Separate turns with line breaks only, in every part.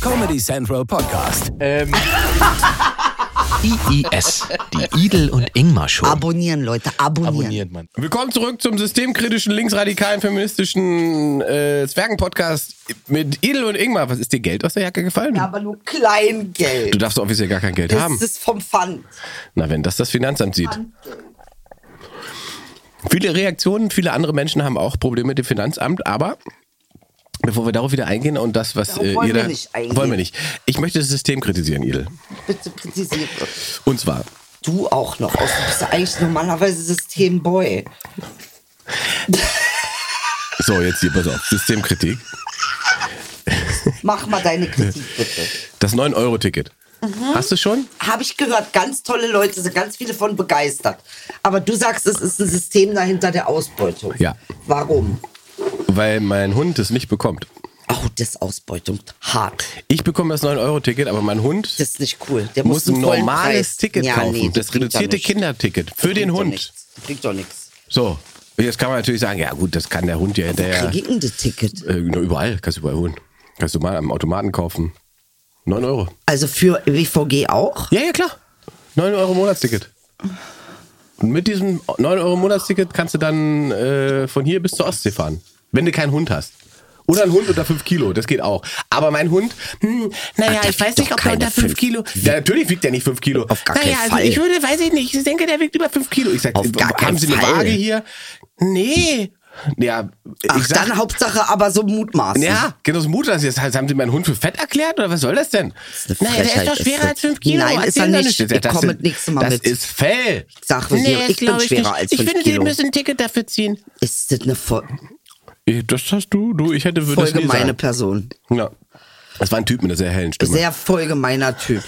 Comedy Central Podcast.
Ähm,
IIS, die Idel und Ingmar Show.
Abonnieren, Leute, abonnieren.
abonniert man.
Willkommen zurück zum systemkritischen, linksradikalen, feministischen äh, Zwergen-Podcast mit Edel und Ingmar. Was ist dir Geld aus der Jacke gefallen?
Ja, aber nur Kleingeld.
Du darfst doch offiziell gar kein Geld haben.
Das ist vom Pfand.
Na, wenn das das Finanzamt sieht. Viele Reaktionen, viele andere Menschen haben auch Probleme mit dem Finanzamt, aber bevor wir darauf wieder eingehen und das, was
Darauf
äh,
wollen wir
jeder.
nicht eingehen.
wollen wir nicht. Ich möchte das System kritisieren, Edel.
Bitte kritisiere.
Und zwar,
Du auch noch. Also, du bist ja eigentlich normalerweise Systemboy.
so, jetzt hier, pass auf, Systemkritik.
Mach mal deine Kritik bitte.
Das 9-Euro-Ticket.
Mhm.
Hast du schon?
Habe ich gehört, ganz tolle Leute, sind ganz viele von begeistert. Aber du sagst, es ist ein System dahinter der Ausbeutung.
Ja.
Warum?
Weil mein Hund es nicht bekommt.
Oh, das ist Ausbeutung. Hart.
Ich bekomme das 9-Euro-Ticket, aber mein Hund
Das ist nicht cool. Der
muss ein
einen vollen
normales
Preis-
Ticket
Ja,
kaufen.
nee,
das
bringt doch
reduzierte
nichts.
Kinderticket für den
Bringt doch
Hund.
nichts. Bringt doch nichts.
So, jetzt kann man natürlich sagen, ja gut, das kann der Hund ja hinterher.
Krieg ich denn das Ticket?
Äh, na, überall, kannst du überall holen. Kannst du mal am Automaten kaufen. 9 Euro.
Also für WVG auch?
Ja, ja, klar. 9 Euro Monatsticket. Und mit diesem 9 Euro Monatsticket kannst du dann äh, von hier bis zur Ostsee fahren. Wenn du keinen Hund hast. Oder einen Hund unter 5 Kilo, das geht auch. Aber mein Hund, hm, naja, ich weiß nicht, ob er unter 5 Kilo. Ja, natürlich wiegt er nicht 5 Kilo. Auf
gar keinen Fall.
Also ich würde, weiß ich nicht, ich denke, der wiegt über 5 Kilo. Ich sag, äh,
Auf gar
haben
keinen
Sie eine
Fall.
Waage hier? Nee. Ja, ich
Ach,
sag,
dann Hauptsache aber so mutmaßen.
ja, genau so Mutter. Jetzt haben sie meinen Hund für fett erklärt oder was soll das denn?
ist eine Frechheit, ist das.
fünf
Nein, ist er
Erzähl doch
nicht. Ich
Das
komme
sind-
nächstes Mal
das
mit.
Das ist Fell.
Sag mir dir, ich bin
glaub
schwerer als fünf Kilo.
ein Ticket dafür ziehen.
Ist das eine voll,
Äh, Das hast du, du, ich hätte würde
voll
das nie
gemeine
sagen.
Person?
Ja. Das war ein Typ mit einer sehr hellen Stimme.
Sehr voll gemeiner Typ.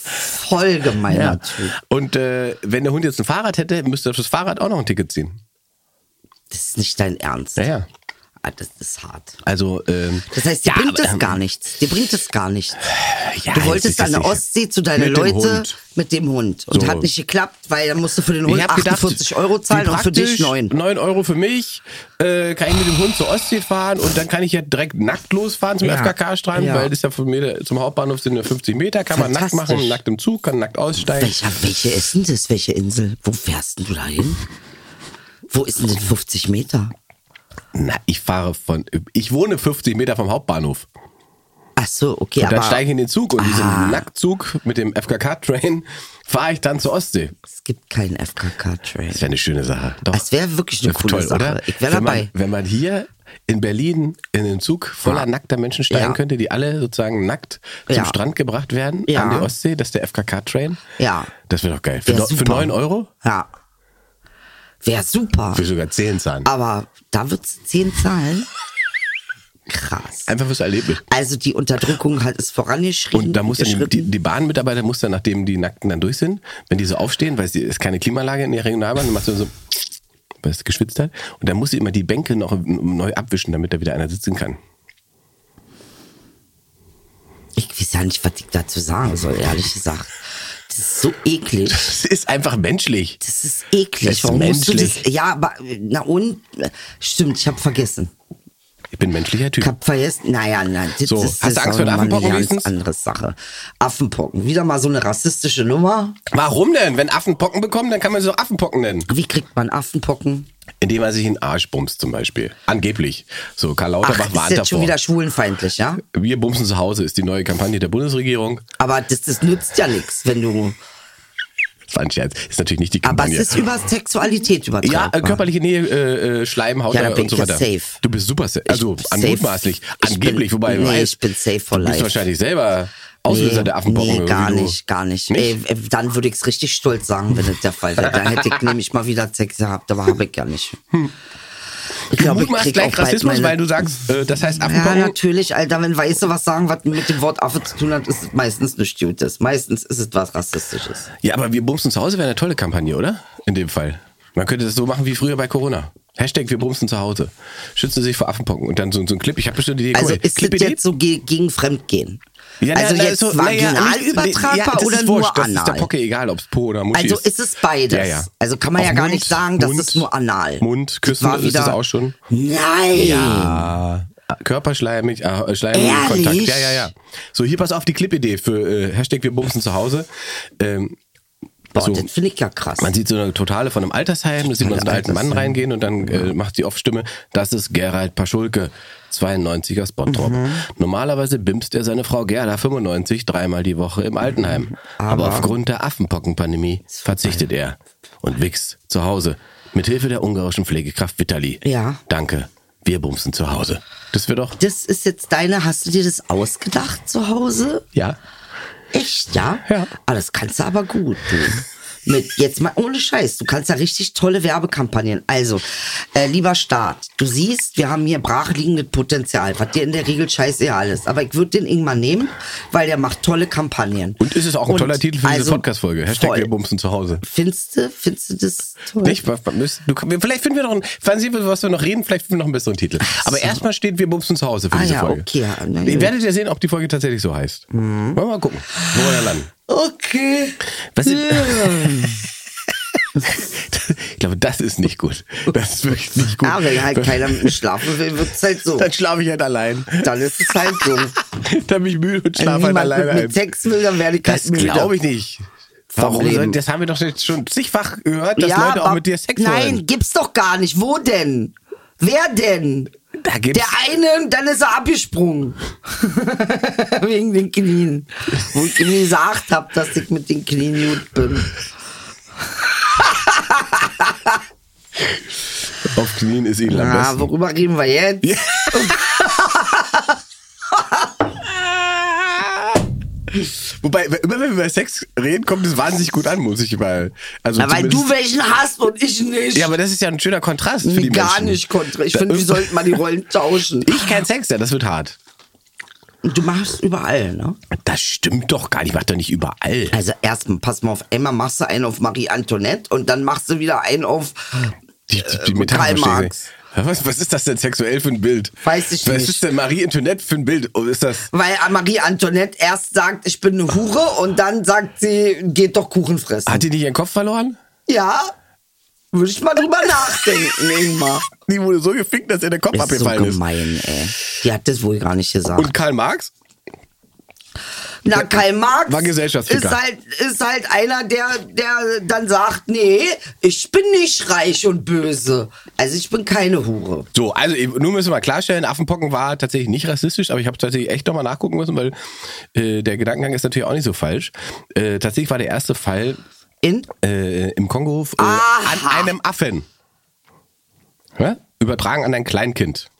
Voll gemeiner
ja.
Typ.
Und äh, wenn der Hund jetzt ein Fahrrad hätte, müsste er fürs Fahrrad auch noch ein Ticket ziehen.
Das ist nicht dein Ernst.
Ja, ja.
Ah, das ist hart.
Also, ähm,
Das heißt, dir
ja,
bringt
aber, ähm,
das gar nichts. Dir bringt das gar nichts.
ja,
Du
jetzt
wolltest
ist das
an der
nicht-
Ostsee zu deinen
Mit dem
Leuten
Hund.
mit dem Hund. Und
So.
hat nicht geklappt, weil dann musst du für den Hund
Ich hab gedacht,
48 Euro zahlen
wie
und für dich
praktisch,
9.
9 Euro für mich, äh, kann ich mit dem Hund zur Ostsee fahren und dann kann ich ja direkt nackt losfahren zum FKK-Strand,
Ja.
weil das ja von mir der- zum Hauptbahnhof sind ja 50 Meter, kann man nackt
Fantastisch.
machen, nackt im Zug, kann nackt aussteigen.
Welcher, welche ist denn das? Welche Insel? Wo fährst denn du da hin? Wo ist denn das 50 Meter?
Na, ich fahre von, ich wohne 50 Meter vom Hauptbahnhof.
Ach so, okay,
Und dann
aber
steige ich in den Zug und
Ah.
diesen Nacktzug mit dem FKK-Train fahre ich dann zur Ostsee.
es gibt keinen FKK-Train.
Das wäre eine schöne Sache. Doch.
Das wäre wirklich eine coole Sache. Ich wäre
wenn
dabei.
Man, wenn man hier in Berlin in einen Zug voller
Ja.
nackter Menschen steigen
Ja.
könnte, die alle sozusagen nackt
Ja.
zum Strand gebracht werden,
Ja.
an die Ostsee, das ist der FKK-Train.
Ja.
Das wäre doch geil. Für,
Wär
no, für
super.
9 Euro?
Ja. Wäre super.
Für sogar 10 zahlen.
Aber da wird es 10 zahlen. Krass.
Einfach fürs Erlebnis.
Also die Unterdrückung hat es vorangeschrieben.
Ähm, Und da muss dann die, die,
geschritten.
die Bahnmitarbeiter muss dann, nachdem die Nackten dann durch sind, wenn die so aufstehen, weil es ist keine Klimaanlage in der Regionalbahn, dann machst du so, weil es geschwitzt hat. Und dann muss sie immer die Bänke noch neu abwischen, damit da wieder einer sitzen kann.
ich weiß ja nicht, was ich dazu sagen soll, ehrlich gesagt. Das ist so eklig.
Es ist einfach menschlich.
Das ist eklig.
Das ist
Warum musst du das?
menschlich.
Ja, aber na und stimmt, ich habe vergessen.
Ich bin ein menschlicher Typ.
Ich hab vergessen. Naja, nein. Das
So, hast du
ist, das ist
Angst vor
auch
den
nochmal
Affenpocken
eine ganz
wenigstens?
andere Sache. Affenpocken. Wieder mal so eine rassistische Nummer.
Warum denn? Wenn Affen Pocken bekommen, dann kann man sie doch Affenpocken nennen.
Wie kriegt man Affenpocken?
Indem er sich in den Arsch bumst zum Beispiel. Angeblich. So, Karl Lauterbach
Ach,
warnt
das ist
davor.
jetzt schon wieder schwulenfeindlich, ja?
Wir bumsen zu Hause ist die neue Kampagne der Bundesregierung.
Aber das, das nützt ja nichts, wenn du.
Das war ein Scherz. Ist natürlich nicht die
Aber
Kampagne.
es ist über Sexualität
ja,
übertragbar.
äh, körperliche Nähe, äh, äh, Schleim, Haut
Ja, da bin
und so
ich ja
weiter.
safe.
Du bist super safe. Also
bin
an-
safe.
mutmaßlich.
Ich
Angeblich,
bin-
wobei
nee,
du weißt,
ich bin safe for
du bist
life.
wahrscheinlich selber Auslöser der Affenpocken.
Nee, gar
wie du-
nicht, gar nicht. Ey, äh, dann würde ich es richtig stolz sagen, wenn das der Fall wäre. Dann hätte ich nämlich mal wieder Sex gehabt, aber habe ich ja nicht. Ich
Du
glaube, ich
mutmaßt
krieg auch
Hm. gleich
bald
Rassismus,
meine...
weil du sagst, äh, das heißt
Ja,
Affenpocken.
natürlich, Alter, wenn Weiße was sagen, was mit dem Wort Affe zu tun hat, ist es meistens nicht Gutes. Meistens ist es was Rassistisches.
Ja, aber wir bumsen zu Hause wäre eine tolle Kampagne, oder? In dem Fall. Man könnte das so machen wie früher bei Corona. Hashtag wir bumsen zu Hause. Schützen Sie sich vor Affenpocken. Und dann so, so ein Clip. Ich habe bestimmt die Idee.
Also
guck mal,
ist
Clip
das
Idee.
jetzt so ge gegen Fremdgehen?
Ja, na,
also
na,
jetzt
so- na ja,
vaginal
nee,
übertragbar
ja, das
oder
ist
nur
wurscht. Das
anal?
ist der Pocke egal, ob es Po oder Muschi
Also
ist.
ist es beides.
Ja, ja.
Also kann man
Auf
ja gar
Mund,
nicht sagen, das
Mund,
ist nur anal.
Mund,
Das
küssen, ist es auch schon?
Nein!
Ja. Körperschleimig, äh, schleimigen
Ehrlich?
Kontakt. Ja, ja, ja. So, hier pass auf die Clip-Idee für äh, Hashtag wir bumsen zu Hause. Ähm,
Boah,
so,
das finde ich ja krass.
man sieht so eine Totale von einem Altersheim, da sieht man so einen alten Mann
Altersheim.
reingehen und dann äh, macht die Off-Stimme, das ist Gerald Paschulke, 92er Spottrop.
Mhm.
Normalerweise bimst er seine Frau Gerda, 95, dreimal die Woche im Altenheim. Aber,
Mhm. Aber-
aufgrund der Affenpockenpandemie verzichtet er und wächst zu Hause. Mithilfe der ungarischen Pflegekraft Vitali.
Ja.
Danke, wir bumsen zu Hause. Das wäre doch...
das ist jetzt deine, hast du dir das ausgedacht zu Hause?
Ja.
Echt, ja?
Ja.
Ah, das kannst du aber gut, du. Mit, jetzt mal ohne Scheiß, du kannst da richtig tolle Werbekampagnen. Also, äh, lieber Staat, du siehst, wir haben hier brachliegendes Potenzial, was dir in der Regel scheiß eh alles. Aber ich würde den Ingmar nehmen, weil der macht tolle Kampagnen.
Und ist es auch ein
Und
toller Titel für diese
also,
Podcast-Folge. Hashtag
voll.
wir bumsen zu Hause.
Findest du, findest du das toll?
Nicht? Was- was müssen- Du, vielleicht finden wir noch einen, wann sehen wir, was wir noch reden, vielleicht finden wir noch einen besseren Titel. Aber erstmal steht Wir bumsen zu Hause für
Ah
diese
ja,
Folge.
okay, ja, Mhm. na
Ihr
gut.
werdet ja sehen, ob die Folge tatsächlich so heißt. Wollen wir mal gucken, wo wir da landen.
Okay.
Was ich glaube, das ist nicht gut. Das ist wirklich nicht gut.
Aber wenn halt keiner mit mir schlafen will, wird's halt so.
Dann schlafe ich halt allein.
Dann ist es halt so.
Dann bin ich müde und
Wenn
schlafe halt
niemand
alleine
mit
ein.
mir Sex will, dann werde ich
Das
halt müde.
glaube ich nicht. Warum
Problem.
soll, das haben wir doch jetzt schon zigfach gehört, dass Leute auch
aber-
mit dir Sex
Nein,
wollen.
gibt's doch gar nicht. Wo denn? Wer denn?
Da gibt's-
Der eine, dann ist er abgesprungen. Wegen den Knien. Wo ich ihm gesagt habe, dass ich mit den Knien gut bin.
Auf Knien ist ihnen am
Ah,
besten.
worüber reden wir jetzt?
Wobei, immer wenn wir über Sex reden, kommt es wahnsinnig gut an, muss ich mal. Also
Na, weil du
zumindest-
welchen hast und ich nicht.
ja, aber das ist ja ein schöner Kontrast für die
gar
Menschen.
nicht kontra. Ich
Da-
finde, wir sollten mal die Rollen tauschen.
Ich kein Sex, ja, das wird hart.
Du machst überall, ne?
Das stimmt doch gar nicht, macht doch nicht überall.
Also erstmal, pass mal auf, Emma machst du einen auf Marie Antoinette und dann machst du wieder einen auf
Die, die, die
Äh, Karl
Metapher verstehe
Marx.
ich nicht. was, was ist das denn sexuell für ein Bild?
Weiß ich
was
nicht.
Was ist denn Marie Antoinette für ein Bild? Oh, ist das.
Weil Marie Antoinette erst sagt, ich bin eine Hure und dann sagt sie, geht doch Kuchen fressen.
Hat die nicht ihren Kopf verloren?
ja, würde ich mal drüber nachdenken, Ingmar.
Die wurde so gefickt, dass ihr der Kopf
Ist so
abgefallen ist.
gemein, ey. Die hat das wohl gar nicht gesagt.
Und Karl Marx?
Na, Karl Marx
War Gesellschaftsficker.
ist halt, ist halt einer, der, der dann sagt, nee, ich bin nicht reich und böse. Also ich bin keine Hure.
So, also eben, nur müssen wir klarstellen, Affenpocken war tatsächlich nicht rassistisch, aber ich habe tatsächlich echt nochmal nachgucken müssen, weil äh, der Gedankengang ist natürlich auch nicht so falsch. Äh, tatsächlich war der erste Fall
In?
äh, im Kongo äh, an
Aha.
einem Affen. Ja? Übertragen an ein Kleinkind.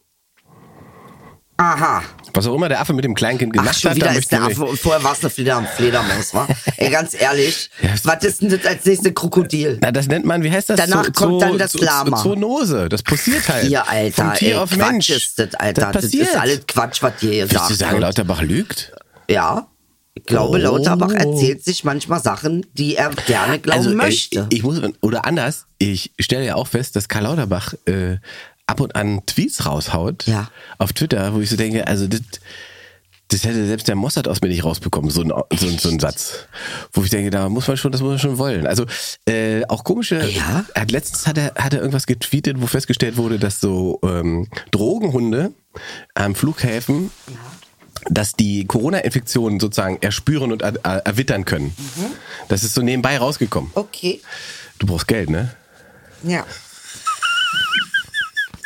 Aha.
Was auch immer der Affe mit dem Kleinkind
Ach,
gemacht
schon
hat, da
wieder ist
möchte
der
ich-
Affe und vorher war es eine Fleder Fledermaus, wa? Ey, ganz ehrlich,
Ja, es-
was ist denn das als nächstes Krokodil?
Na, das nennt man, wie heißt das?
Danach
Zo-
kommt
Zo-
dann das
Zo-
Lama.
Zoonose. Das passiert halt.
Hier, Alter,
Vom Tier
ey,
auf
Quatsch
Mensch.
ist das, Alter. Das,
passiert.
ist alles Quatsch, was hier
Willst
gesagt
du sagen,
wird.
Lauterbach lügt?
Ja. Ich glaube,
Oh.
Lauterbach erzählt sich manchmal Sachen, die er gerne glauben
also,
möchte.
Ich, ich muss, oder anders, ich stelle ja auch fest, dass Karl Lauterbach äh, ab und an Tweets raushaut
Ja.
auf Twitter, wo ich so denke, also das, das hätte selbst der Mossad aus mir nicht rausbekommen, so ein, so, ein- so ein Satz. Wo ich denke, da muss man schon, das muss man schon wollen. Also äh, auch komische,
Ah, Ja.
hat, letztens hat er, hat er irgendwas getweetet, wo festgestellt wurde, dass so ähm, Drogenhunde am Flughäfen dass die Corona-Infektionen sozusagen erspüren und er, er, erwittern können.
Mhm.
Das ist so nebenbei rausgekommen.
okay.
Du brauchst Geld, ne?
Ja.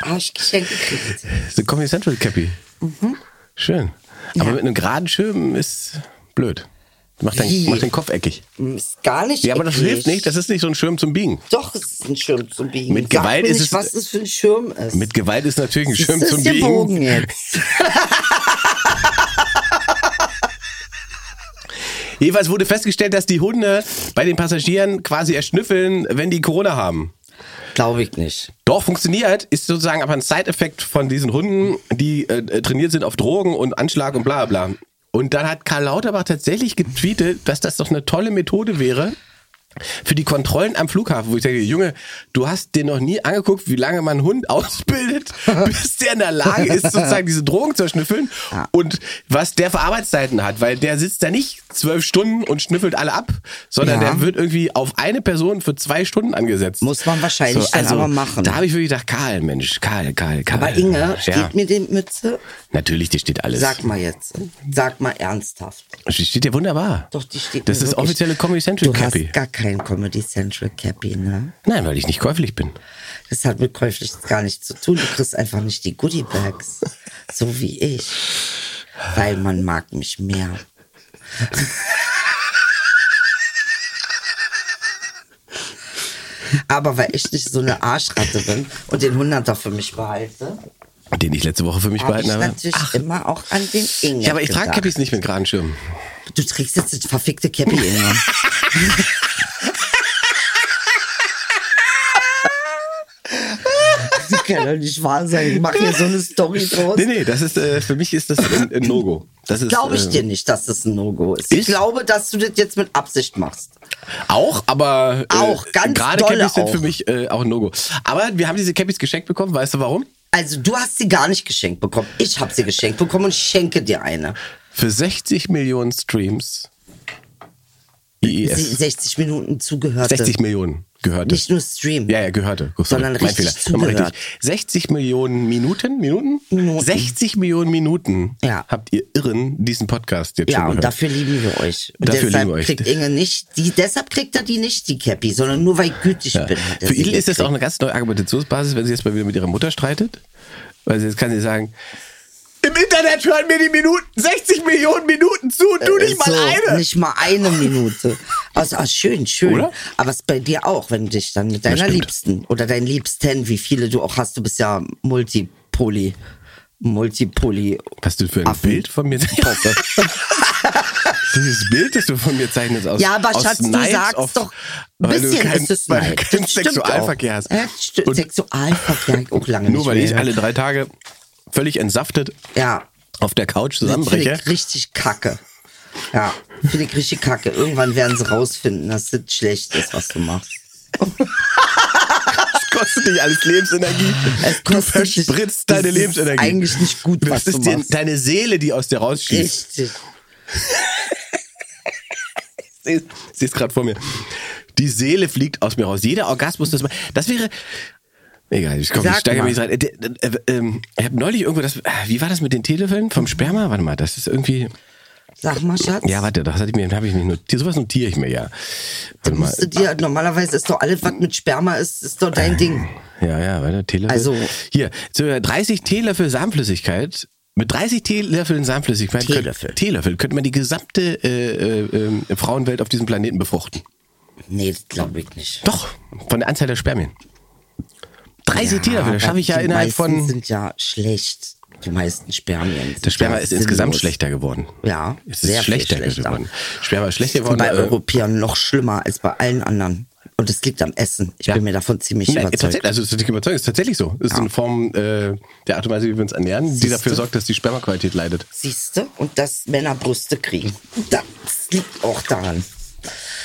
Habe ich geschenkt gekriegt.
The Comedy Central Cappy. Mhm. Schön. Aber mit einem geraden Schirm ist blöd. Macht den,
Wie?
macht den Kopf eckig.
Hm, Ist gar nicht.
Ja, aber das
eklig.
hilft nicht. Das ist nicht so ein Schirm zum Biegen.
Doch, es ist ein Schirm zum Biegen.
Mit Gewalt
mir
ist
nicht,
es-
was es für ein Schirm ist.
Mit Gewalt ist natürlich ein Schirm
das
zum
ist der
Biegen.
Bogen jetzt.
Jedenfalls wurde festgestellt, dass die Hunde bei den Passagieren quasi erschnüffeln, wenn die Corona haben.
Glaube ich nicht.
Doch, funktioniert, ist sozusagen aber ein Side-Effekt von diesen Hunden, die äh, trainiert sind auf Drogen und Anschlag und bla bla. Und dann hat Karl Lauterbach tatsächlich getweetet, dass das doch eine tolle Methode wäre, für die Kontrollen am Flughafen, wo ich denke, Junge, du hast dir noch nie angeguckt, wie lange man einen Hund ausbildet, bis der in der Lage ist, sozusagen diese Drogen zu schnüffeln und was der für Arbeitszeiten hat, weil der sitzt da nicht zwölf Stunden und schnüffelt alle ab, sondern
Ja.
der wird irgendwie auf eine Person für zwei Stunden angesetzt.
Muss man wahrscheinlich dann aber machen.
also, Da habe ich wirklich gedacht, Karl, Mensch, Karl, Karl, Karl.
Aber Inge,
ja,
steht mir die Mütze?
natürlich, dir steht alles.
Sag mal jetzt. Sag mal ernsthaft.
Die steht dir wunderbar.
Doch, die steht
Das
mir
ist
wirklich-
offizielle Comedy Central
Du
Cappy.
hast gar kein Comedy Central Cappy, ne?
Nein, weil ich nicht käuflich bin.
Das hat mit käuflich gar nichts zu tun. Du kriegst einfach nicht die Goodie Bags. So wie ich. Weil man mag mich mehr. Aber weil ich nicht so eine Arschratte bin und den Hunderter für mich behalte,
Den ich letzte Woche für mich
habe ich
behalten habe.
natürlich immer auch an den Inge.
Ja, aber ich trage
gedacht.
Cappies nicht mit geraden Schirmen.
Du trägst jetzt das verfickte Cappy, Inge. Das kann doch nicht wahr sein. Ich mache hier so eine Story draus.
Nee, nee, das ist, äh, für mich ist das ein, ein No-Go. Das ist,
Glaube ich
äh,
dir nicht, dass das ein No-Go ist. Ich
Ist-
glaube, dass du das jetzt mit Absicht machst.
Auch, aber äh,
Auch, ganz
gerade
dolle
Cappies sind für
auch.
mich äh, auch ein No-Go. Aber wir haben diese Cappies geschenkt bekommen, weißt du warum?
Also du hast sie gar nicht geschenkt bekommen. Ich habe sie geschenkt bekommen und ich schenke dir eine.
Für 60 Millionen Streams.
Sie-
IES.
60 Minuten zugehörte.
60 Millionen gehörte.
Nicht nur Stream.
Ja, ja, gehörte. Sorry,
Sondern
mein
richtig
Fehler. Nochmal
zugehört.
60 Millionen Minuten? Minuten?
Minuten.
60 Millionen Minuten
Ja.
habt ihr Irren diesen Podcast jetzt
Ja,
schon
und
gehört.
dafür lieben wir euch. Und
Dafür
deshalb
lieben wir euch.
kriegt Inge nicht die, deshalb kriegt er die nicht, die Cappy, sondern nur weil ich gütig bin. hat er
Für
sie
Idel ist das auch
gekriegt.
eine ganz neue Argumentationsbasis, wenn sie jetzt mal wieder mit ihrer Mutter streitet. Weil sie jetzt kann sie sagen, im Internet hören mir die Minuten 60 Millionen Minuten zu und du nicht mal
Äh, so,
eine.
Nicht mal eine Minute. Also, ah, schön, schön.
Oder?
Aber es ist bei dir auch, wenn du dich dann mit deiner
stimmt.
Liebsten oder deinen Liebsten, wie viele du auch hast, du bist ja Multipoly. Multipoly.
Was du für ein
Affen.
Bild von mir Dieses Bild, das du von mir zeichnest, aus
Ja, aber
aus
Schatz, du
Neid
sagst
auf-
doch, ein
weil du
bisschen
kein-
ist es
weil du
Neid.
keinen
Das stimmt
Sexualverkehr
auch.
hast.
Ja, das stimmt.
Und
Sexualverkehr hab ich auch lange
Nur
nicht
weil
mehr
ich
gehört.
alle drei Tage völlig entsaftet
Ja.
auf der Couch
Das Finde
zusammenbreche.
ich richtig kacke. Ja, finde ich richtig kacke. Irgendwann werden sie rausfinden, dass das schlecht ist, was du machst.
Das kostet dich alles Lebensenergie.
Es
Du
kostet dich-
verspritzt
das
deine
ist
Lebensenergie.
eigentlich nicht gut, was
das
du
ist dir-
machst.
deine Seele, die aus dir rausschießt.
Richtig.
Ich sehe es gerade vor mir. Die Seele fliegt aus mir raus. Jeder Orgasmus, das, das wäre. Egal, ich komme, ich
Sag
steige
mal.
mich nicht rein. Äh, äh, äh, ähm, ich habe neulich irgendwo das. äh, Wie war das mit den Telefonen vom Sperma? Warte mal, das ist irgendwie.
Sag mal, Schatz.
Ja, warte, das hatte ich mir, habe ich nicht notiert. Sowas notiere ich mir ja. Warte mal.
Musst du dir, normalerweise ist doch alles, was mit Sperma ist, ist doch dein Ding.
Ja, ja, weiter, Teelöffel.
Also-
Hier, circa 30 Teelöffel Samenflüssigkeit. Mit 30 Teelöffeln Samenflüssigkeit
Teelöffel.
Könnt, Teelöffel könnte man die gesamte äh, äh, äh, Frauenwelt auf diesem Planeten befruchten.
Nee, das glaube ich nicht.
Doch, von der Anzahl der Spermien. 30 Teelöffel, das schaffe ich ja
die
innerhalb
meisten
von.
sind ja schlecht. Die meisten Spermien. sind
Das Sperma
ja
ist insgesamt
sinnlos.
schlechter geworden.
Ja,
Es ist
sehr viel
schlechter,
schlechter.
geworden. Sperma ist schlechter
Und
geworden.
bei
äh,
Europäern noch schlimmer als bei allen anderen. Und es liegt am Essen. Ich
Ja.
bin mir davon ziemlich
Nein,
überzeugt.
tatsächlich, also das ist nicht überzeugt, das ist tatsächlich so. Das ist eine Form äh, der Art und Weise, wie wir uns ernähren, die
Siehste?
dafür sorgt, dass die Spermaqualität leidet.
Siehst du? Und dass Männer Brüste kriegen. Das liegt auch daran.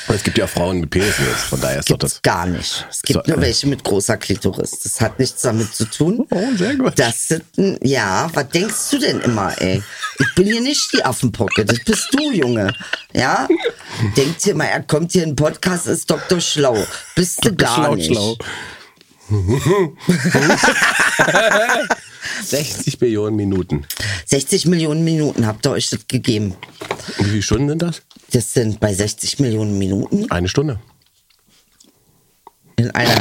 Und es gibt ja auch Frauen mit Penissen jetzt, von daher ist doch das.
Gibt's gar nicht. Es gibt
So,
nur
äh.
welche mit großer Klitoris. Das hat nichts damit zu tun.
Oh, sehr gut.
Das sind, ja, was denkst du denn immer, ey? Ich bin hier nicht die Affenpocke. Das bist du, Junge. Ja? Denkt hier mal, er kommt hier in den Podcast, ist Dr. Schlau. Bist du gar
schlau,
nicht.
schlau. 60 Millionen Minuten.
60 Millionen Minuten habt ihr euch das gegeben.
Und wie viele Stunden sind das?
Das sind bei 60 Millionen Minuten
Eine Stunde.
in einer.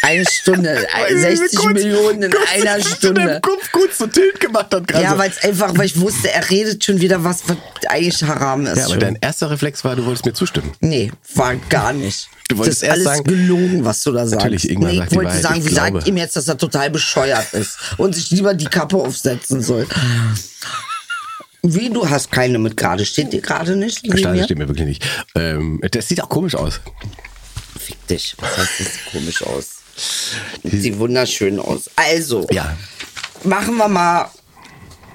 Eine Stunde, 60 Millionen in einer Stunde.
Kopf kurz Also so Tilt gemacht hat gerade.
Ja, weil es einfach, weil ich wusste, er redet schon wieder was, was eigentlich Haram ist.
Ja, aber
schon.
dein erster Reflex war, du wolltest mir zustimmen.
nee, war gar nicht.
Du wolltest
das
erst
ist alles
sagen-
gelogen, was du da sagst.
Natürlich, Ingmar
nee, ich
sagt die
wollte
Wahrheit,
sagen,
ich
wie sagt
glaube.
ihm jetzt, dass er total bescheuert ist und sich lieber die Kappe aufsetzen soll. Wie, du hast keine mit gerade. Steht dir gerade nicht? neben
Verstanden
mir?
steht mir wirklich nicht. Ähm, das sieht auch komisch aus.
Fick dich. Das heißt, das sieht komisch aus. Sieht wunderschön aus. Also,
Ja.
machen wir mal.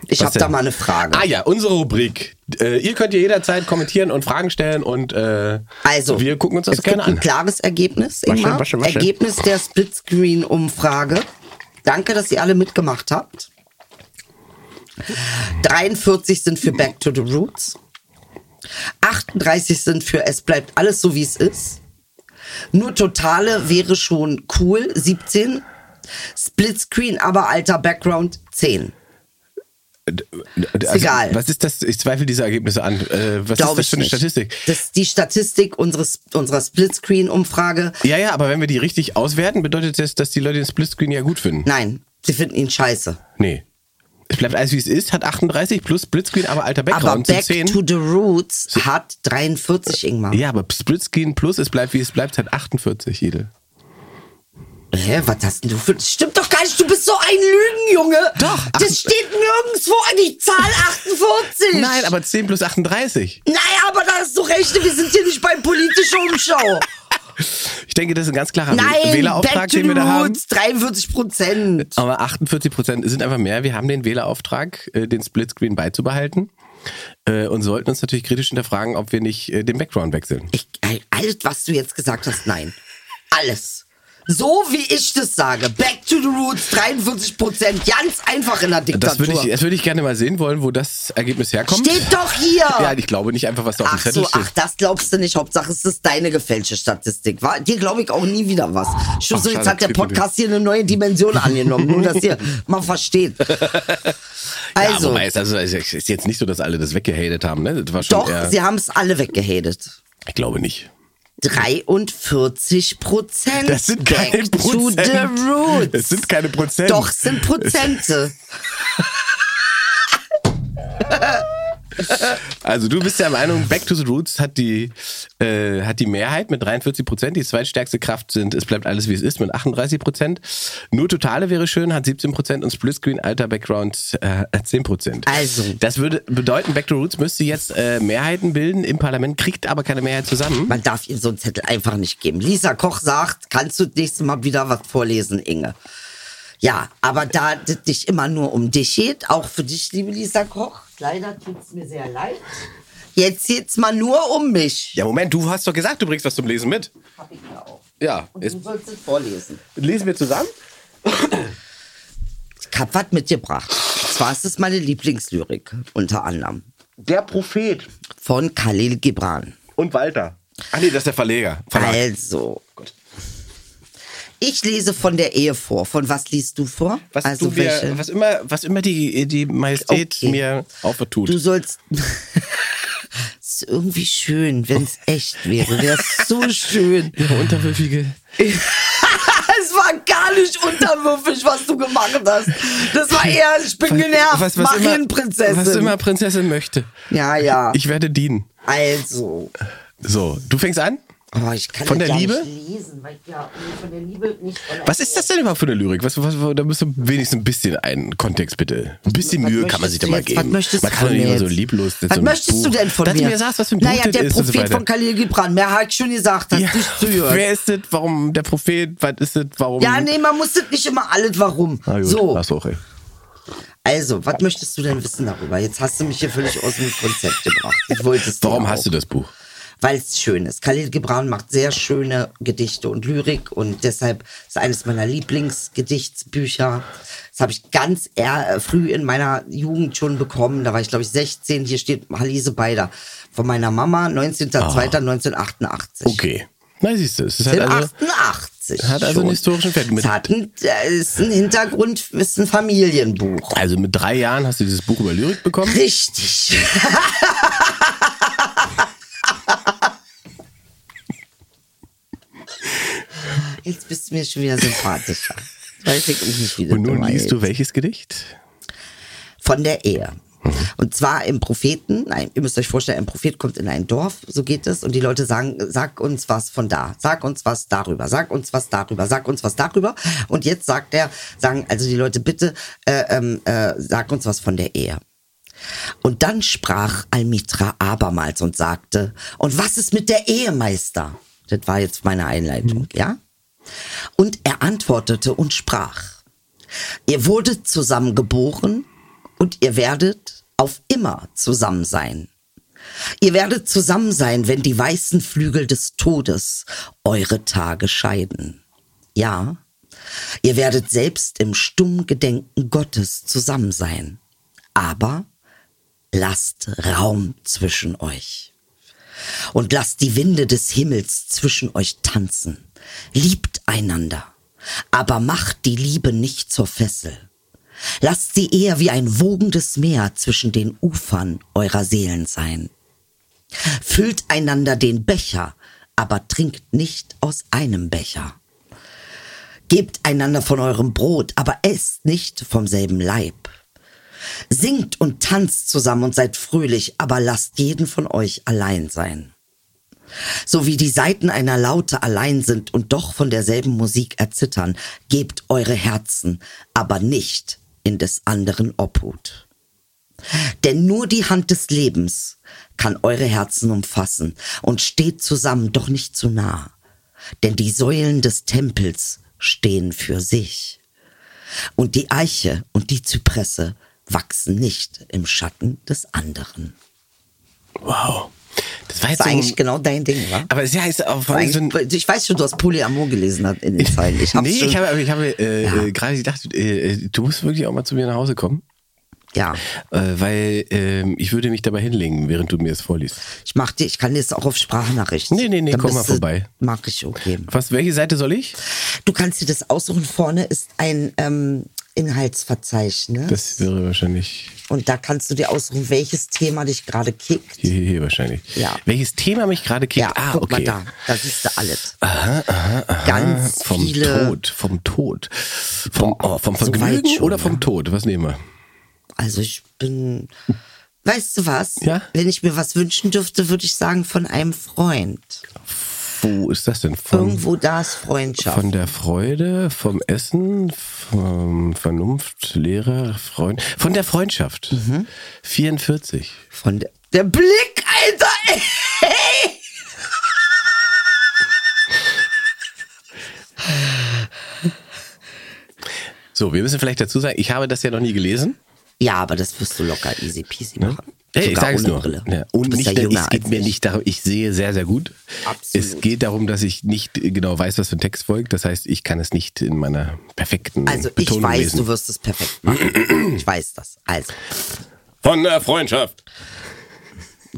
Ich
Was
habe da
denn?
mal eine Frage.
Ah ja, unsere Rubrik. Äh, ihr könnt hier jederzeit kommentieren und Fragen stellen und äh,
Also,
wir gucken uns das
es gibt
gerne
ein
an.
klares Ergebnis, Ingmar.
waschen, waschen.
Ergebnis der Splitscreen-Umfrage. Danke, dass ihr alle mitgemacht habt. 43 sind für Back to the Roots. 38 sind für Es bleibt alles so, wie es ist. Nur Totale wäre schon cool, 17. Splitscreen, aber alter Background, 10.
Äh, Ist
egal.
also, Was ist das? Ich zweifle diese Ergebnisse an. Äh, was ist
Glaube
das
ich
für eine
nicht.
Statistik?
Das ist die Statistik unseres, unserer Splitscreen-Umfrage.
Ja, ja, aber wenn wir die richtig auswerten, bedeutet das, dass die Leute den Splitscreen ja gut finden.
Nein, sie finden ihn scheiße.
Nee. Es bleibt alles, wie es ist, hat 38 plus Splitscreen, aber alter
Aber
Background
Back
sind 10.
to the Roots hat 43, Ingmar.
ja, aber Splitscreen plus, es bleibt, wie es bleibt, hat 48, Edel.
Hä, was hast denn du für... Das stimmt doch gar nicht, du bist so ein Lügenjunge.
Doch, ach-
Das steht nirgendwo an die Zahl 48.
Nein, aber 10 plus 38.
Naja, aber da hast du recht, wir sind hier nicht bei politischer Umschau.
Ich denke, das ist ein ganz klarer
Nein, Back
Wählerauftrag,
to the
den wir da haben. Oh.
Roots, 43 Prozent.
Aber 48 Prozent sind einfach mehr. Wir haben den Wählerauftrag, äh, den Splitscreen beizubehalten. Äh, und sollten uns natürlich kritisch hinterfragen, ob wir nicht äh, den Background wechseln.
Ich, alles, was du jetzt gesagt hast, nein. Alles. So wie ich das sage. Back to the Roots, 43 Prozent. Ganz einfach in der
Das
Diktatur.
würde ich, das würde ich gerne mal sehen wollen, wo das Ergebnis herkommt.
Steht doch hier.
Ja, ich glaube nicht einfach, was da auf dem
Ach
Zettel
so,
steht.
ach, das glaubst du nicht. Hauptsache, es ist deine gefälschte Statistik. War, dir glaube ich auch nie wieder was. Ich
Ach,
so, jetzt
schade,
hat der
kriegt man
Podcast hier eine neue Dimension angenommen. Nur, dass ihr mal versteht.
ja,
Also,
wobei es also, es ist jetzt nicht so, dass alle das weggehatet haben. Ne? Das war schon
doch,
eher,
sie haben es alle weggehatet.
ich glaube nicht.
43 Prozent.
Das sind keine
back to
Prozent.
the roots.
Das sind keine Prozent.
Doch, es sind Prozente.
Also du bist der Meinung, Back to the Roots hat die, äh, hat die Mehrheit mit 43 Prozent. Die zweitstärkste Kraft sind Es bleibt alles wie es ist mit 38 Prozent. Nur Totale wäre schön, hat 17 Prozent und Split Screen Alter Background äh, hat 10 Prozent.
Also.
Das würde bedeuten, Back to the Roots müsste jetzt äh, Mehrheiten bilden im Parlament, kriegt aber keine Mehrheit zusammen.
Man darf ihr so einen Zettel einfach nicht geben. Lisa Koch sagt, kannst du das nächste Mal wieder was vorlesen, Inge? Ja, aber da das nicht immer nur um dich geht, auch für dich, liebe Lisa Koch, leider tut's mir sehr leid. Jetzt geht's mal nur um mich.
Ja, Moment, du hast doch gesagt, du bringst was zum Lesen mit.
Hab ich ja auch.
Ja,
Und
jetzt
du sollst es vorlesen.
lesen wir zusammen.
Ich hab was mitgebracht. Und zwar ist es meine Lieblingslyrik, unter anderem.
Der Prophet
Von Khalil Gibran.
und Walter. Ach nee, das ist der Verleger. Verlag.
Also. Ich lese von der Ehe vor. Von was liest du vor?
Was,
also
du mir,
welche?
was immer, was immer die, die Majestät
Okay.
mir aufertut.
Du sollst. ist irgendwie schön, wenn es echt wäre. Wäre so schön.
Ihre unterwürfige.
es war gar nicht unterwürfig, was du gemacht hast. Das war eher, ich bin genervt, Marienprinzessin.
Was immer Prinzessin möchte.
Ja, ja.
Ich werde dienen.
also.
So, du fängst an?
Oh, ich kann
Von
das
der
ja
Liebe?
nicht lesen, weil ich ja nee, von der Liebe nicht. Von der
Was ist das denn überhaupt für eine Lyrik? Was, was, da müsst ihr wenigstens ein bisschen einen Kontext bitte. Ein bisschen
Was
Mühe kann man sich
möchtest
da
du
mal
jetzt?
geben.
Was möchtest
man
du
kann
von
doch nicht
mir
immer so
jetzt?
lieblos.
Was möchtest du denn von
dass
mir?
Dass du mir sagst, was für ein Buch
Naja,
das
der
ist und so
Prophet
weiter.
von Khalil Gibran. Mehr habe ich schon gesagt, hast
ja,
du nicht zugehört.
Wer ist das? Warum der Prophet? Was ist das? Warum?
Ja, nee, man muss das nicht immer alles warum.
Na gut,
so,
Ach so, okay.
also, was möchtest du denn wissen darüber? Jetzt hast du mich hier völlig aus dem Konzept gebracht. Ich wollte es
Warum
dir
hast
auch.
du das Buch?
Weil es schön ist. Khalil Gibran macht sehr schöne Gedichte und Lyrik und deshalb ist eines meiner Lieblingsgedichtsbücher. Das habe ich ganz eher, äh, früh in meiner Jugend schon bekommen. Da war ich, glaube ich, 16. Hier steht Halise Beider von meiner Mama, 19.02.1988.
Okay. Na, siehst du, es ist halt
Sind
also,
88.
hat also
schon.
einen historischen Wert mit-
Es hat ein, äh, ist ein Hintergrund, ist ein Familienbuch.
also mit drei Jahren hast du dieses Buch über Lyrik bekommen.
Richtig. Jetzt bist du mir schon wieder sympathischer. Weiß ich auch nicht, wie das
Und nun
gemeint
liest du welches Gedicht?
von der Ehe. Und zwar im Propheten, nein, ihr müsst euch vorstellen, ein Prophet kommt in ein Dorf, so geht es, und die Leute sagen, sag uns was von da, sag uns was darüber, sag uns was darüber, sag uns was darüber. Und jetzt sagt er, sagen also die Leute, bitte, äh, ähm, äh, sag uns was von der Ehe. Und dann sprach Almitra abermals und sagte, und was ist mit der Ehemeister? Das war jetzt meine Einleitung, ja? Und er antwortete und sprach, ihr wurdet zusammen geboren und ihr werdet auf immer zusammen sein. Ihr werdet zusammen sein, wenn die weißen Flügel des Todes eure Tage scheiden. Ja, ihr werdet selbst im stummen Gedenken Gottes zusammen sein. Aber lasst Raum zwischen euch und lasst die Winde des Himmels zwischen euch tanzen. Liebt einander, aber macht die Liebe nicht zur Fessel. Lasst sie eher wie ein wogendes Meer zwischen den Ufern eurer Seelen sein. Füllt einander den Becher, aber trinkt nicht aus einem Becher. Gebt einander von eurem Brot, aber esst nicht vom selben Leib. Singt und tanzt zusammen und seid fröhlich, aber lasst jeden von euch allein sein. So wie die Saiten einer Laute allein sind und doch von derselben Musik erzittern, gebt eure Herzen, aber nicht in des anderen Obhut. Denn nur die Hand des Lebens kann eure Herzen umfassen und steht zusammen, doch nicht zu nah. Denn die Säulen des Tempels stehen für sich. Und die Eiche und die Zypresse wachsen nicht im Schatten des anderen.
Wow. Das war jetzt
Das
so
war eigentlich
ein,
genau dein Ding, wa?
aber es ist ja jetzt auch von so ein,
Eigentlich- Ich weiß schon, du hast Polyamor gelesen hat in den Zeilen. Ich hab's
nee,
schon,
ich habe, ich habe äh, äh, gerade gedacht, äh, du musst wirklich auch mal zu mir nach Hause kommen,
ja,
äh, weil ähm, ich würde mich dabei hinlegen, während du mir das vorliest.
ich mach dir, ich kann dir das auch auf Sprachnachricht.
Nee, nee, nee,
Dann
komm
bist
mal
du-
vorbei.
Mach ich, okay.
Was, welche Seite soll ich?
Du kannst dir das aussuchen, vorne ist ein ähm, Inhaltsverzeichnis.
Das wäre wahrscheinlich
und da kannst du dir aussuchen, welches Thema dich gerade kickt.
hier, hier, hier wahrscheinlich.
Ja.
Welches Thema mich gerade kickt?
Ja,
ah,
guck
okay.
mal da, da siehst du alles. Ganz
Ah, Vom
viele,
Tod, vom Tod. Vom, oh, vom
so weit
Vergnügen
schon,
oder vom
ja.
Tod? Was nehmen wir?
also ich bin, weißt du was?
Ja?
Wenn ich mir was wünschen dürfte, würde ich sagen von einem Freund.
Wo ist das denn? Von,
Irgendwo da ist Freundschaft.
Von der Freude, vom Essen, vom Vernunft, Lehrer, Freund, von der Freundschaft.
Mhm.
44.
Von der, der Blick, Alter! Ey.
So, wir müssen vielleicht dazu sagen, ich habe das ja noch nie gelesen.
Ja, aber das wirst du locker easy peasy machen.
Ne? Ey, ich
Sogar
sage es
ohne
nur.
Brille.
Ja,
Du
und
bist
nicht,
ja jünger
es geht
als
mir
ich.
nicht darum, ich sehe sehr, sehr gut.
Absolut.
Es geht darum, dass ich nicht genau weiß, was für ein Text folgt. Das heißt, ich kann es nicht in meiner perfekten
Also ich
Betonung
weiß,
lesen.
du wirst es perfekt machen. Ich weiß das. Also,
Von der Freundschaft.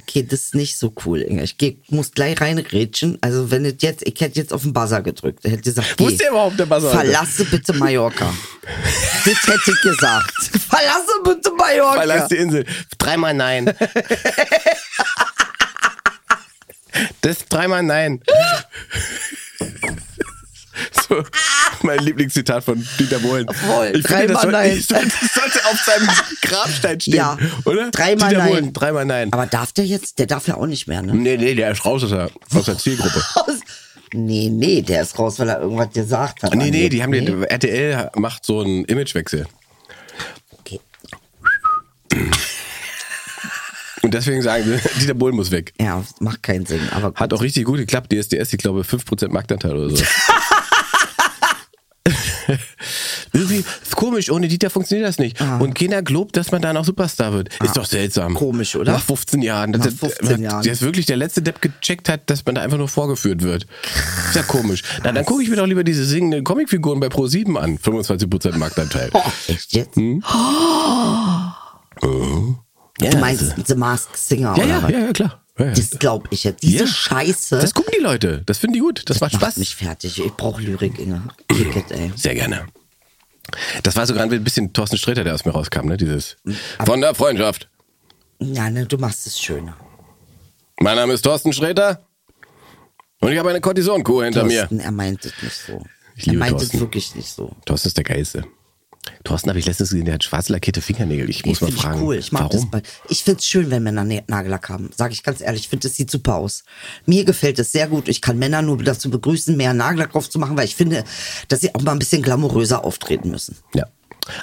okay, das ist nicht so cool, Inge. Ich geh, muss gleich reinrätschen. Also wenn es jetzt, ich hätte jetzt auf den Buzzer gedrückt. Ich hätte gesagt,
Wo
geh.
ist der überhaupt, der Buzzer, Alter?
Verlasse bitte Mallorca. das hätte ich gesagt. Verlasse bitte Mallorca.
Verlass die Insel. Dreimal nein. Das dreimal nein. So, mein Lieblingszitat von Dieter Bohlen.
Jawohl,
ich finde, das,
dreimal
soll,
nein.
Ich sollte, das sollte auf seinem Grabstein stehen,
Ja,
oder?
dreimal
Dieter
nein.
Bohlen, dreimal nein.
Aber darf der jetzt? Der darf ja auch nicht mehr, ne?
Nee, nee, der ist raus aus der, aus der Zielgruppe.
Raus. Nee, nee, der ist raus, weil er irgendwas gesagt hat.
Nee, nee, die haben
den.
den, RTL macht so einen Imagewechsel.
Okay.
Und deswegen sagen sie, Dieter Bohlen muss weg.
Ja, macht keinen Sinn. Aber
Hat auch richtig gut geklappt, DSDS, ich glaube 5% Marktanteil oder so. Irgendwie ist komisch, ohne Dieter funktioniert das nicht. Und keiner glaubt, dass man da noch Superstar wird. Ist doch seltsam.
Komisch, oder?
Nach 15 Jahren.
Nach
Das-
15
das-
Jahren.
Dass wirklich der letzte Depp gecheckt hat, dass man da einfach nur vorgeführt wird. Ist ja komisch. Na, dann gucke ich mir doch lieber diese singenden Comicfiguren bei Pro7 an. 25% Marktanteil.
Oh, echt jetzt?
Hm? Ja, also-
Du meinst The Mask Singer,
Ja,
oder
ja,
was?
ja, ja, klar. Ja, ja.
Das glaub ich jetzt. Diese
Ja.
Scheiße
Das gucken die Leute. Das finden die gut. Das, macht Spaß.
macht mich fertig. Ich brauche Lyrik, Inge. Kick it, ey.
Sehr gerne. Das war sogar ein bisschen Thorsten Sträter, der aus mir rauskam, ne? Dieses von der Freundschaft.
Ja, ne, du machst es schöner.
Mein Name ist Thorsten Sträter und ich habe eine Kortisonkuh hinter mir.
Thorsten, er meint es nicht so.
Ich
Er
liebe
meint es
Thorsten.
wirklich nicht so.
Thorsten ist der Geilste. Thorsten habe ich letztens gesehen, der hat schwarz lackierte Fingernägel. Ich muss
Nee,
mal
find
fragen,
Ich cool. Ich mag
warum?
das bei. Ich find's schön, wenn Männer Nä- Nagellack haben. Sag ich ganz ehrlich, ich finde, es sieht super aus. Mir gefällt es sehr gut. Ich kann Männer nur dazu begrüßen, mehr Nagellack drauf zu machen, weil ich finde, dass sie auch mal ein bisschen glamouröser auftreten müssen.
Ja.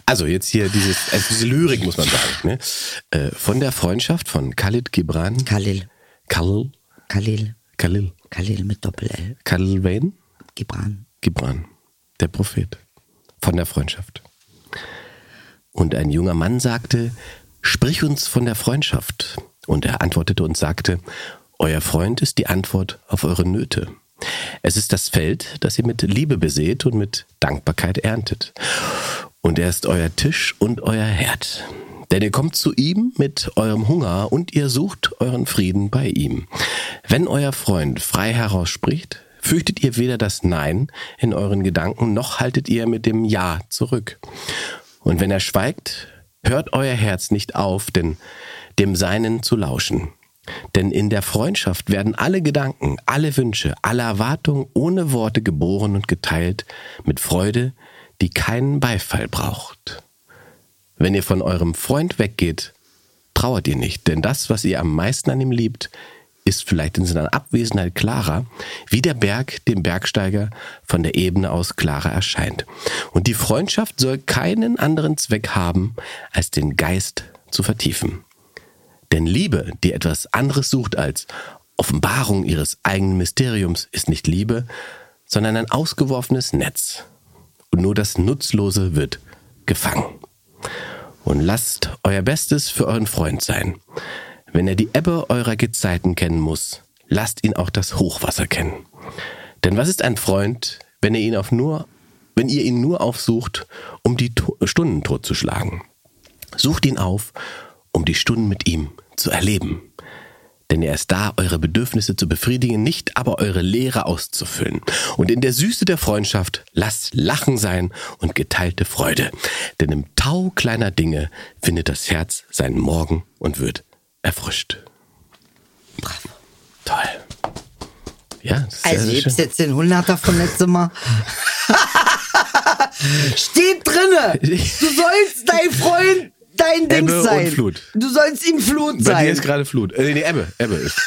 Also jetzt hier dieses, also diese Lyrik muss man sagen. Ne? Äh, von der Freundschaft von Khalid Gibran.
Khalil.
Khalil.
Khalil.
Khalil.
Khalil mit Doppel-L.
Khalil Wayne.
Gibran.
Gibran. Der Prophet. Von der Freundschaft. Und ein junger Mann sagte, sprich uns von der Freundschaft. Und er antwortete und sagte, euer Freund ist die Antwort auf eure Nöte. Es ist das Feld, das ihr mit Liebe beseht und mit Dankbarkeit erntet. Und er ist euer Tisch und euer Herd. Denn ihr kommt zu ihm mit eurem Hunger und ihr sucht euren Frieden bei ihm. Wenn euer Freund frei heraus spricht, fürchtet ihr weder das Nein in euren Gedanken, noch haltet ihr mit dem Ja zurück. Und wenn er schweigt, hört euer Herz nicht auf, denn dem Seinen zu lauschen. Denn in der Freundschaft werden alle Gedanken, alle Wünsche, alle Erwartungen ohne Worte geboren und geteilt mit Freude, die keinen Beifall braucht. Wenn ihr von eurem Freund weggeht, trauert ihr nicht, denn das, was ihr am meisten an ihm liebt, ist vielleicht in seiner Abwesenheit klarer, wie der Berg dem Bergsteiger von der Ebene aus klarer erscheint. Und die Freundschaft soll keinen anderen Zweck haben, als den Geist zu vertiefen. Denn Liebe, die etwas anderes sucht als Offenbarung ihres eigenen Mysteriums, ist nicht Liebe, sondern ein ausgeworfenes Netz. Und nur das Nutzlose wird gefangen. Und lasst euer Bestes für euren Freund sein. Wenn er die Ebbe eurer Gezeiten kennen muss, lasst ihn auch das Hochwasser kennen. Denn was ist ein Freund, wenn ihr ihn auf nur, wenn ihr ihn nur aufsucht, um die to Stunden totzuschlagen? Sucht ihn auf, um die Stunden mit ihm zu erleben. Denn er ist da, eure Bedürfnisse zu befriedigen, nicht aber eure Leere auszufüllen. Und in der Süße der Freundschaft lasst Lachen sein und geteilte Freude. Denn im Tau kleiner Dinge findet das Herz seinen Morgen und wird erfrischt.
Bravo.
Toll. Ja, das ist
Also,
sehr,
ich
sehr
hab's
schön.
jetzt den 100er von letztem Mal. Steht drinne! Du sollst dein Freund dein Ding
Ebbe und
sein.
Flut.
Du sollst ihm Flut
Bei dir
sein.
ist gerade Flut. Äh, nee, Ebbe. Ebbe ist.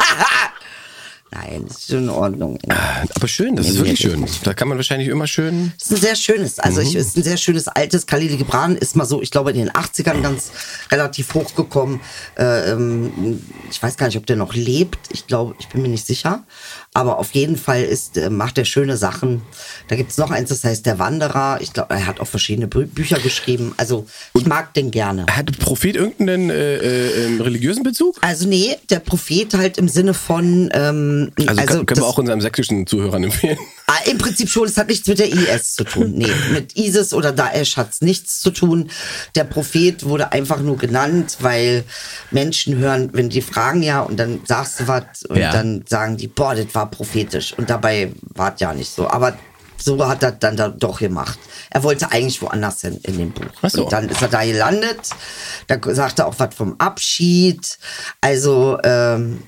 Nein, ist schon in Ordnung.
Ah, Aber schön, das ist
Nee,
wirklich
nee,
schön. Da kann man wahrscheinlich immer schön.
ist ein sehr schönes, also
Mhm.
ich, ist ein sehr schönes altes Khalil Gibran ist mal so, ich glaube in den 80ern ganz relativ hochgekommen. Äh, ähm, ich weiß gar nicht, ob der noch lebt. Ich glaube, ich bin mir nicht sicher. Aber auf jeden Fall ist, äh, macht er schöne Sachen. Da gibt's noch eins, das heißt Der Wanderer. Ich glaube, er hat auch verschiedene Bü Bücher geschrieben. Also ich mag den gerne.
Hat Prophet irgendeinen äh, äh, ähm, religiösen Bezug?
Also nee, der Prophet halt im Sinne von, ähm,
Also,
also,
kann, können
das-
wir auch unseren sächsischen Zuhörern empfehlen.
Ah, Im Prinzip schon, es hat nichts mit der IS zu tun. Nee, mit ISIS oder Daesh hat's nichts zu tun. Der Prophet wurde einfach nur genannt, weil Menschen hören, wenn die fragen ja und dann sagst du was und
Ja.
dann sagen die, boah, das war prophetisch. Und dabei war es ja nicht so. Aber so hat er dann da doch gemacht. Er wollte eigentlich woanders hin in dem Buch.
Ach so.
Und dann ist er da gelandet. Da sagte er auch was vom Abschied. Also, ähm,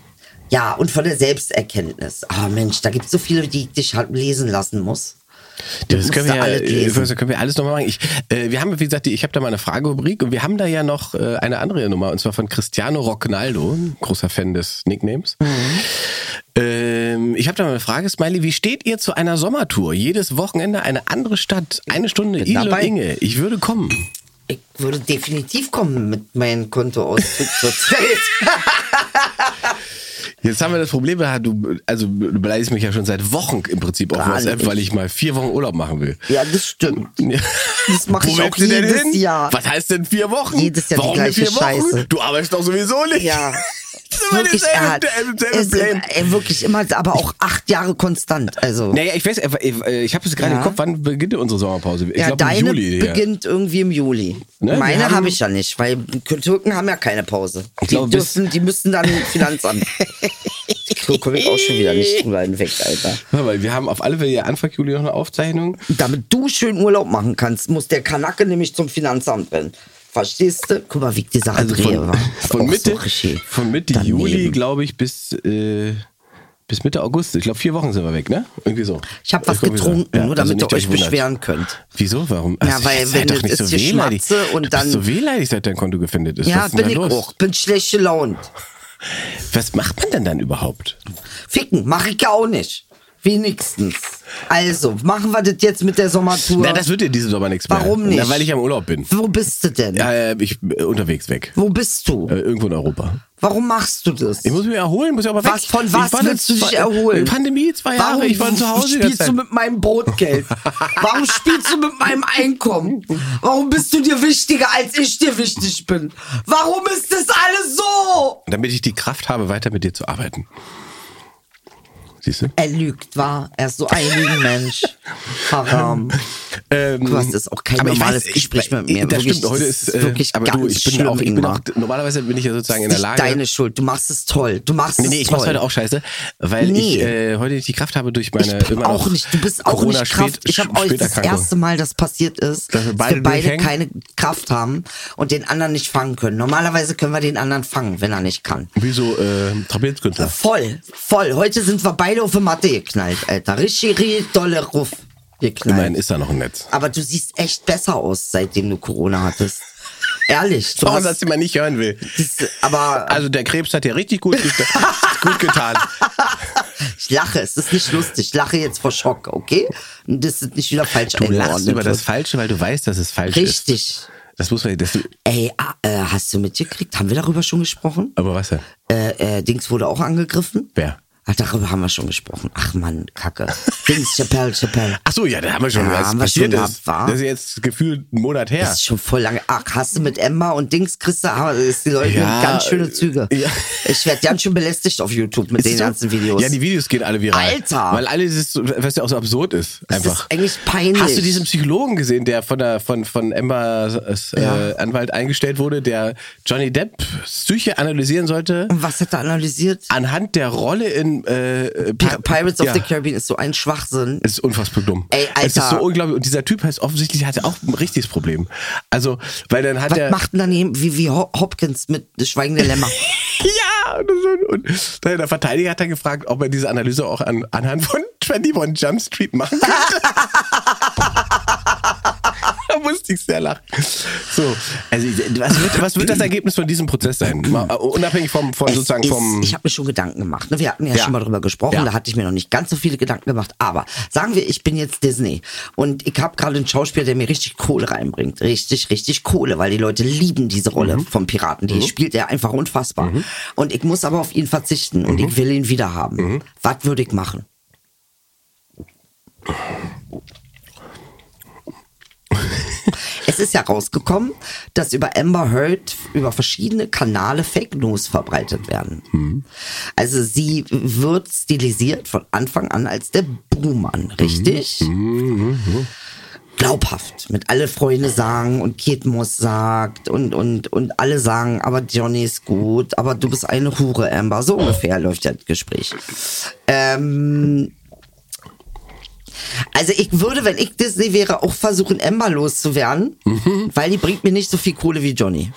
ja, und von der Selbsterkenntnis. Ah, Mensch, da gibt es so viele, die ich dich halt lesen lassen muss.
Das
musst
können wir,
du
ja,
alles
äh,
lesen.
das können wir alles nochmal machen. Ich, äh, wir haben, wie gesagt, die- ich habe da mal eine Fragerubrik und wir haben da ja noch äh, eine andere Nummer und zwar von Cristiano Rocknaldo, großer Fan des Nicknames. Ähm, ich habe da mal eine Frage, Smiley. Wie steht ihr zu einer Sommertour? Jedes Wochenende eine andere Stadt, eine Stunde Idel und
dabei.
Inge. Ich würde kommen.
Ich würde definitiv kommen mit meinem Kontoauszug zur Zeit.
Jetzt haben wir das Problem, Herr, du, also du beleidigst mich ja schon seit Wochen im Prinzip auf
Gar
WhatsApp,
nicht.
weil ich mal vier Wochen Urlaub machen will.
Ja, das stimmt. Das mache
Wo
ich
willst
auch
du denn
jedes
hin?
Jahr.
Was heißt denn vier Wochen?
Jedes Jahr die
Warum
gleiche
denn vier Wochen?
Scheiße.
Du arbeitest doch sowieso nicht.
Ja.
Das ist immer
wirklich,
derselbe-
er hat,
derselbe
ist,
Blame.
er wirklich immer, aber auch acht Jahre konstant. Also.
Naja, ich weiß, äh, äh, ich habe es gerade
Ja.
im Kopf, wann beginnt unsere Sommerpause? Ich
ja,
glaube im
deine
Juli. ja.
beginnt irgendwie im Juli.
Ne, wir
Meine
haben-
habe ich ja nicht, weil die Türken haben ja keine Pause. Die,
glaub, bis-
dürfen, die müssen dann Finanzamt. so komme ich auch schon wieder nicht drüber hinweg, Alter.
Warte mal, wir haben auf alle Fälle ja Anfang Juli noch eine Aufzeichnung.
Damit du schön Urlaub machen kannst, muss der Kanacke nämlich zum Finanzamt rennen. Verstehst du? Guck mal, wie ich die Sache drehe.
Also von,
wa? Also Auch
von, Mitte,
so richtig
von Mitte
daneben.
Juli, glaube ich, bis, äh, bis Mitte August. Ich glaube, vier Wochen sind wir weg, ne? Irgendwie so.
Ich habe was
glaub, wir sind-
getrunken,
Ja,
nur
also
damit
nicht,
ihr
dass
euch
ihr wundert.
beschweren könnt.
Wieso? Warum?
Ja,
Also,
weil
seid
wenn
doch
das
nicht
ist
so
hier
wehleidig.
Schmatze und
du bist
dann-
so wehleidig, seit dein Konto gefändet ist.
Ja,
Was ist denn
bin ich
da los?
auch. Bin schlecht gelaunt.
Was macht man denn dann überhaupt?
Ficken mache ich ja auch nicht. Wenigstens. Also, machen wir das jetzt mit der Sommertour.
Na, das wird dir diesen Sommer nichts mehr.
Warum nicht?
Na, weil ich am Urlaub bin.
Wo bist du denn?
Ja, äh, ich äh, unterwegs weg.
Wo bist du?
Äh, irgendwo in Europa.
Warum machst du das?
Ich muss mich erholen, muss ja aber
Was
weg.
von
Ich
was
war
willst du
jetzt
dich
zwei-
erholen?
Pandemie, zwei Jahre.
Warum
ich war zu Hause. die ganze
spielst
Zeit.
du mit meinem Brotgeld? Warum spielst du mit meinem Einkommen? Warum bist du dir wichtiger, als ich dir wichtig bin? Warum ist das alles so?
Damit ich die Kraft habe, weiter mit dir zu arbeiten. Siehst du?
Er lügt, war er ist so ein Lügenmensch. Haram.
Ähm,
Du hast das auch kein
aber ich
normales
weiß, ich-
Gespräch mit mir.
Das
Wirklich,
stimmt, heute
das
ist, äh,
ist wirklich
aber du,
ganz
ich bin
schlimm,
ja auch, ich bin auch,
Ingmar.
normalerweise bin ich ja sozusagen in der
Nicht
Lage.
deine Schuld. Du machst es toll. Du machst
Nee,
es
nee, ich
toll.
mach's heute auch scheiße, weil ich
Nee.
äh, heute nicht die Kraft habe durch meine
Ich
immer noch
auch nicht. Du bist auch
Corona
nicht Kraft.
Spät,
ich habe euch das
Späterkrankung.
erste Mal, das passiert ist,
Dass wir beide durchhängen?
keine Kraft haben und den anderen nicht fangen können. Normalerweise können wir den anderen fangen, wenn er nicht kann.
Wie so äh, Trapezkünstler.
Voll, voll. Heute sind wir beide auf die Matte geknallt, Alter. Richtig, richtig dolle Ruff
Immerhin
geknallt.
ist da noch ein Netz.
Aber du siehst echt besser aus, seitdem du Corona hattest. Ehrlich. Du
Warum
hast,
das jemand nicht hören will?
das, aber
Also der Krebs hat dir richtig gut, gesta- gut getan.
ich lache, es ist nicht lustig. Ich lache jetzt vor Schock, okay? Und das ist nicht wieder falsch
Du lachst
eingeordnet
über das
wird.
Falsche, weil du weißt, dass es falsch ist.
Richtig.
Das muss man. Das,
Ey, ah, äh, hast du mitgekriegt? Haben wir darüber schon gesprochen?
aber was denn?
Äh, äh, Dings wurde auch angegriffen.
Wer?
Ach, darüber haben wir schon gesprochen. Ach Mann, Kacke. Dings, Chappelle, Chappelle.
Ach so, ja, da haben wir schon,
Ja,
was
haben wir
passiert
schon
ist.
gehabt, wa?
Das ist jetzt gefühlt einen Monat her.
Das ist schon voll lange. Ach, hast du mit Emma und Dings, Christa, aber das ist die Leute
Ja,
ganz schöne Züge.
ja.
Ich werde ganz schön belästigt auf YouTube mit
Ist
den
so?
ganzen Videos.
Ja, die Videos gehen alle viral.
Alter!
Weil alles ist, so- was ja auch so absurd ist.
Das
Einfach.
ist eigentlich peinlich.
Hast du diesen Psychologen gesehen, der von der von von Emmas äh,
Ja.
Anwalt eingestellt wurde, der Johnny Depp Psyche analysieren sollte
Und was hat er analysiert?
anhand der Rolle in äh, äh,
Pir Pirates
Ah,
of
ja.
the Caribbean ist so ein Schwachsinn.
Es ist unfassbar dumm.
Ey,
Es ist
Alter.
so unglaublich. Und dieser Typ heißt offensichtlich hatte auch ein richtiges Problem. Also, weil dann hat
Was
er.
macht denn daneben, wie, wie Ho- Hopkins mit Das Schweigende Lämmer?
Ja, und, so- und dann der Verteidiger hat dann gefragt, ob er diese Analyse auch an, anhand von 21 Jump Street machen könnte. da musste ich sehr lachen. So, also was wird, was wird das Ergebnis von diesem Prozess sein? Mal, äh, unabhängig vom, von
Es
sozusagen
ist,
vom.
ich habe mir schon Gedanken gemacht. Ne? Wir hatten ja,
Ja.
schon mal drüber gesprochen,
Ja.
da hatte ich mir noch nicht ganz so viele Gedanken gemacht. Aber sagen wir, ich bin jetzt Disney und ich habe gerade einen Schauspieler, der mir richtig Kohle reinbringt. Richtig, richtig Kohle, weil die Leute lieben diese Rolle
Mhm.
vom Piraten. Die spielt er einfach unfassbar. Und ich muss aber auf ihn verzichten und
Mhm.
ich will ihn wieder haben. Was würde ich machen? Es ist ja rausgekommen, dass über Amber Heard über verschiedene Kanäle Fake News verbreitet werden. Also sie wird stilisiert von Anfang an als der Buhmann, richtig? Glaubhaft, mit alle Freunde sagen und Kate Moss sagt und, und, und alle sagen, aber Johnny ist gut, aber du bist eine Hure, Amber. So ungefähr läuft ja das Gespräch. Ähm, Also ich würde, wenn ich Disney wäre, auch versuchen, Emma loszuwerden,
Mhm.
weil die bringt mir nicht so viel Kohle wie Johnny.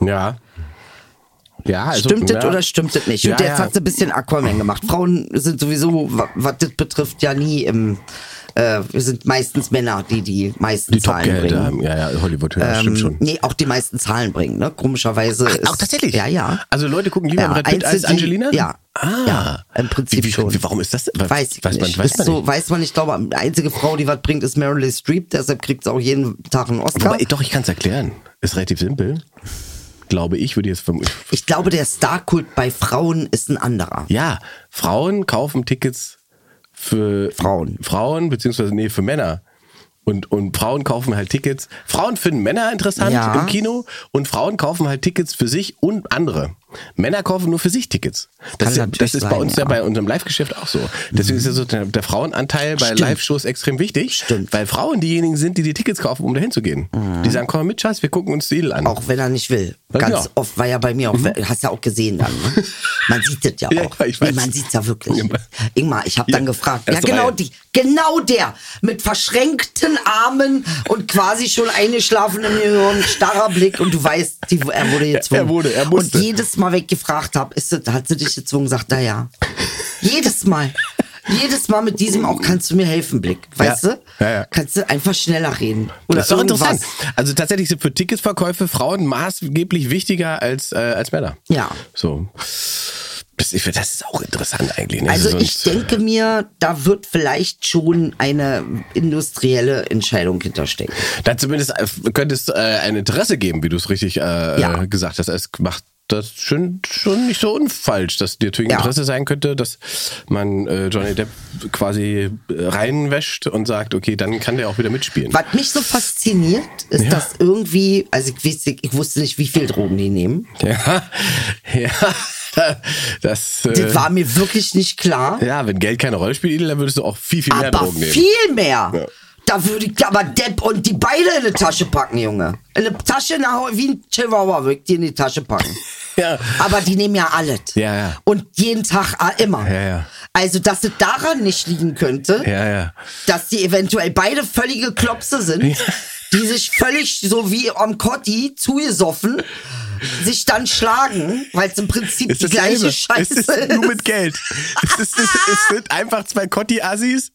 ja. Ja, also,
Stimmt
ja.
das oder stimmt das nicht?
Ja,
und jetzt
ja.
hat sie ein bisschen Aquaman gemacht. Frauen sind sowieso, wa- was das betrifft, ja nie im... Äh, wir sind meistens Männer, die die meisten
die
Zahlen
Topgehälter
bringen.
haben. Ja, ja, Hollywood, ja, stimmt schon.
Nee, auch die meisten Zahlen bringen, ne? Komischerweise. Ähm, ist,
Auch tatsächlich?
Ja, ja.
Also Leute gucken lieber
Ja,
Brad Pitt als
einzeln die-
Angelina?
ja.
Ah.
Ja, im Prinzip
wie, wie,
schon.
Wie, warum ist das? denn?
Weiß ich
weiß
nicht.
Man, weiß
ist
man
so,
nicht.
Weiß man nicht, ich glaube, die einzige Frau, die was bringt, ist Meryl Streep, deshalb kriegt sie auch jeden Tag einen Oscar.
Wobei, doch, ich kann es erklären. Ist relativ simpel. Glaube ich, würde jetzt vermuten.
Ich glaube, der Star-Kult bei Frauen ist ein anderer.
Ja, Frauen kaufen Tickets für
Frauen.
Frauen, beziehungsweise nee, für Männer. Und, und Frauen kaufen halt Tickets. Frauen finden Männer interessant
Ja.
im Kino und Frauen kaufen halt Tickets für sich und andere. Männer kaufen nur für sich Tickets. Das, ist, ja-
natürlich
das ist bei
sein,
uns ja,
ja.
bei unserem Live-Geschäft auch so. Deswegen ist ja so der, der Frauenanteil bei
Stimmt.
Live-Shows extrem wichtig,
Stimmt. Mhm.
weil Frauen diejenigen sind, die die Tickets kaufen, um dahin zu gehen. Die sagen, komm mal mit, Schatz, wir gucken uns die Idel an.
Auch wenn er nicht will.
Ja,
Ganz
genau.
oft war ja bei mir auch, hast ja auch gesehen dann. Ne? Man sieht das ja
Ja,
auch.
ja, ich weiß.
Nee, man sieht's ja wirklich.
Ja.
Ingmar, ich habe dann
Ja,
gefragt. Ja,
erste
genau
Reihe.
die. Genau der. Mit verschränkten Armen und quasi schon eingeschlafenem Gehirn, starrer Blick und du weißt, die, er wurde gezwungen.
Er wurde, er
und
musste.
jedes Mal, wenn ich gefragt habe, hat sie dich gezwungen, sagt er ja. jedes Mal. Jedes Mal mit diesem auch kannst du mir helfen, Blick. Weißt
Ja.
du?
Ja, ja.
Kannst du einfach schneller reden. Oder
das ist doch
irgendwas.
interessant. Also tatsächlich sind für Ticketsverkäufe Frauen maßgeblich wichtiger als, äh, als Männer.
Ja.
So. Das ich finde, das ist auch interessant eigentlich. Ne?
Also ich
sonst-
denke mir, da wird vielleicht schon eine industrielle Entscheidung hinterstecken.
Da zumindest äh, könnte es äh, ein Interesse geben, wie du es richtig äh,
Ja.
äh, gesagt hast. Es macht das schon, schon nicht so unfalsch, dass natürlich
Ja.
Interesse sein könnte, dass man äh, Johnny Depp quasi äh, reinwäscht und sagt, okay, dann kann der auch wieder mitspielen.
Was mich so fasziniert, ist,
Ja.
dass irgendwie, also ich, weiß, nicht- ich wusste nicht, wie viel Drogen die nehmen.
Ja, ja, das, äh,
Das war mir wirklich nicht klar.
ja, wenn Geld keine Rolle spielt, Idel, dann würdest du auch viel, viel mehr
aber
Drogen nehmen.
viel mehr.
Ja.
Da würde ich aber Depp und die beide in eine Tasche packen, Junge. In eine Tasche nach, wie ein Chihuahua würde ich die in die Tasche packen.
Ja.
Aber die nehmen ja alles.
Ja, ja.
Und jeden Tag ah, immer.
Ja, ja.
Also, dass es daran nicht liegen könnte,
Ja, ja.
dass die eventuell beide völlige Klopse sind, die sich völlig so wie am Kotti zugesoffen, sich dann schlagen, weil es im Prinzip die gleiche
Es
Scheiße
ist nur mit Geld. Es, ist, es, es sind einfach zwei Cotti-Assis,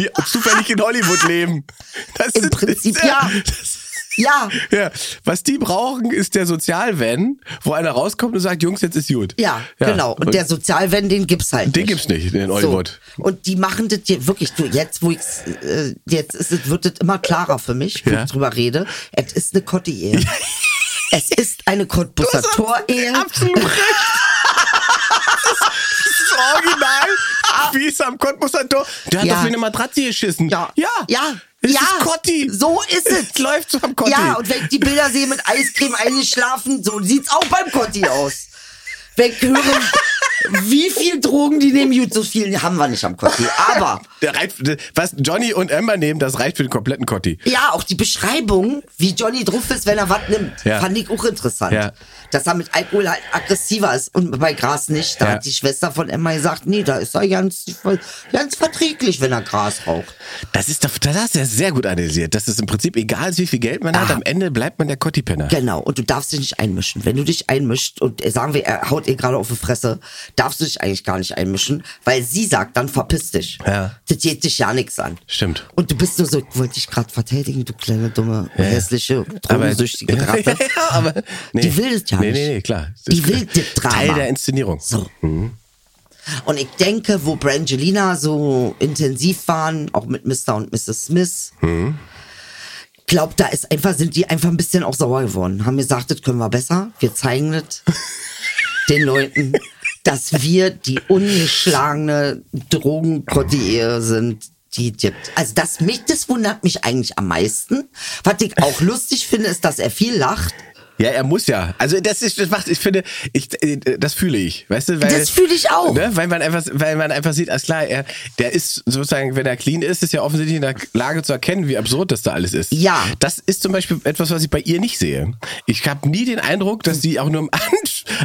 die zufällig in Hollywood leben. Das
Im
sind-
Prinzip
ist-
ja.
Das,
Ja.
ja. Was die brauchen, ist der Sozialvan, wo einer rauskommt und sagt, Jungs, jetzt ist gut.
Ja, genau. Und, der Sozialwende, den gibt's halt.
Den
nicht.
gibt's nicht in Hollywood.
So. Und die machen das hier wirklich, du, jetzt, wo ich's, äh, jetzt ist, es- wird das immer klarer für mich, wo
Ja.
ich drüber rede. Es ist eine Kotti-Ehe. es ist eine Cottbusser-Tor-Ehe.
Absolut recht. Das ist das Original, wie es am Cottbusser Tor. Der hat
Ah. Ja.
doch wie eine Matratze geschissen.
Ja.
Ja.
Ja.
Es
ja.
ist Cotti.
So ist es.
Es läuft so am Cotti.
Ja, und wenn ich die Bilder sehe mit Eiscreme eingeschlafen, so sieht's auch beim Cotti aus. Wenn ich höre, wie viel Drogen die nehmen, gut, so viel haben wir nicht am Cotti. Aber
Der reicht, was Johnny und Amber nehmen, das reicht für den kompletten Cotti.
Ja, auch die Beschreibung, wie Johnny drauf ist, wenn er was nimmt,
Ja.
fand ich auch interessant.
Ja.
Dass er mit Alkohol halt aggressiver ist und bei Gras nicht. Da
Ja.
hat die Schwester von Emma gesagt, nee, da ist er ganz, ganz verträglich, wenn er Gras raucht.
Das ist doch, das hast du ja sehr gut analysiert. Das ist im Prinzip egal, ist, wie viel Geld man hat,
Ah.
am Ende bleibt man der Cotti-Penner.
Genau, und du darfst dich nicht einmischen. Wenn du dich einmischst und äh, sagen wir, er haut ihr gerade auf die Fresse, darfst du dich eigentlich gar nicht einmischen, weil sie sagt, dann verpiss dich.
Ja.
Das geht dich ja nichts an.
Stimmt.
Und du bist nur so, ich wollte dich gerade verteidigen, du kleine, dumme, hässliche, drogensüchtige Ratte.
ja, aber nee.
Die will das ja
nee,
nicht.
Nee, nee, klar.
Die will das Drama.
Teil der Inszenierung.
So. Und ich denke, wo Brangelina so intensiv waren, auch mit Mr. und Mrs. Smith, glaubt, da ist einfach, sind die einfach ein bisschen auch sauer geworden. Haben gesagt, das können wir besser. Wir zeigen das den Leuten, dass wir die ungeschlagene Drogenkotiere sind. Die es gibt. Also das mich, das wundert mich eigentlich am meisten. Was ich auch lustig finde, ist, dass er viel lacht.
Ja, er muss ja. Also das ist, das macht, ich finde, ich, äh, das fühle ich, weißt du? Weil,
Das fühle ich auch.
Ne? Weil man einfach, weil man einfach sieht, alles klar, er, der ist sozusagen, wenn er clean ist, ist ja offensichtlich in der Lage zu erkennen, wie absurd das da alles ist.
Ja.
Das ist zum Beispiel etwas, was ich bei ihr nicht sehe. Ich habe nie den Eindruck, dass sie auch nur im, An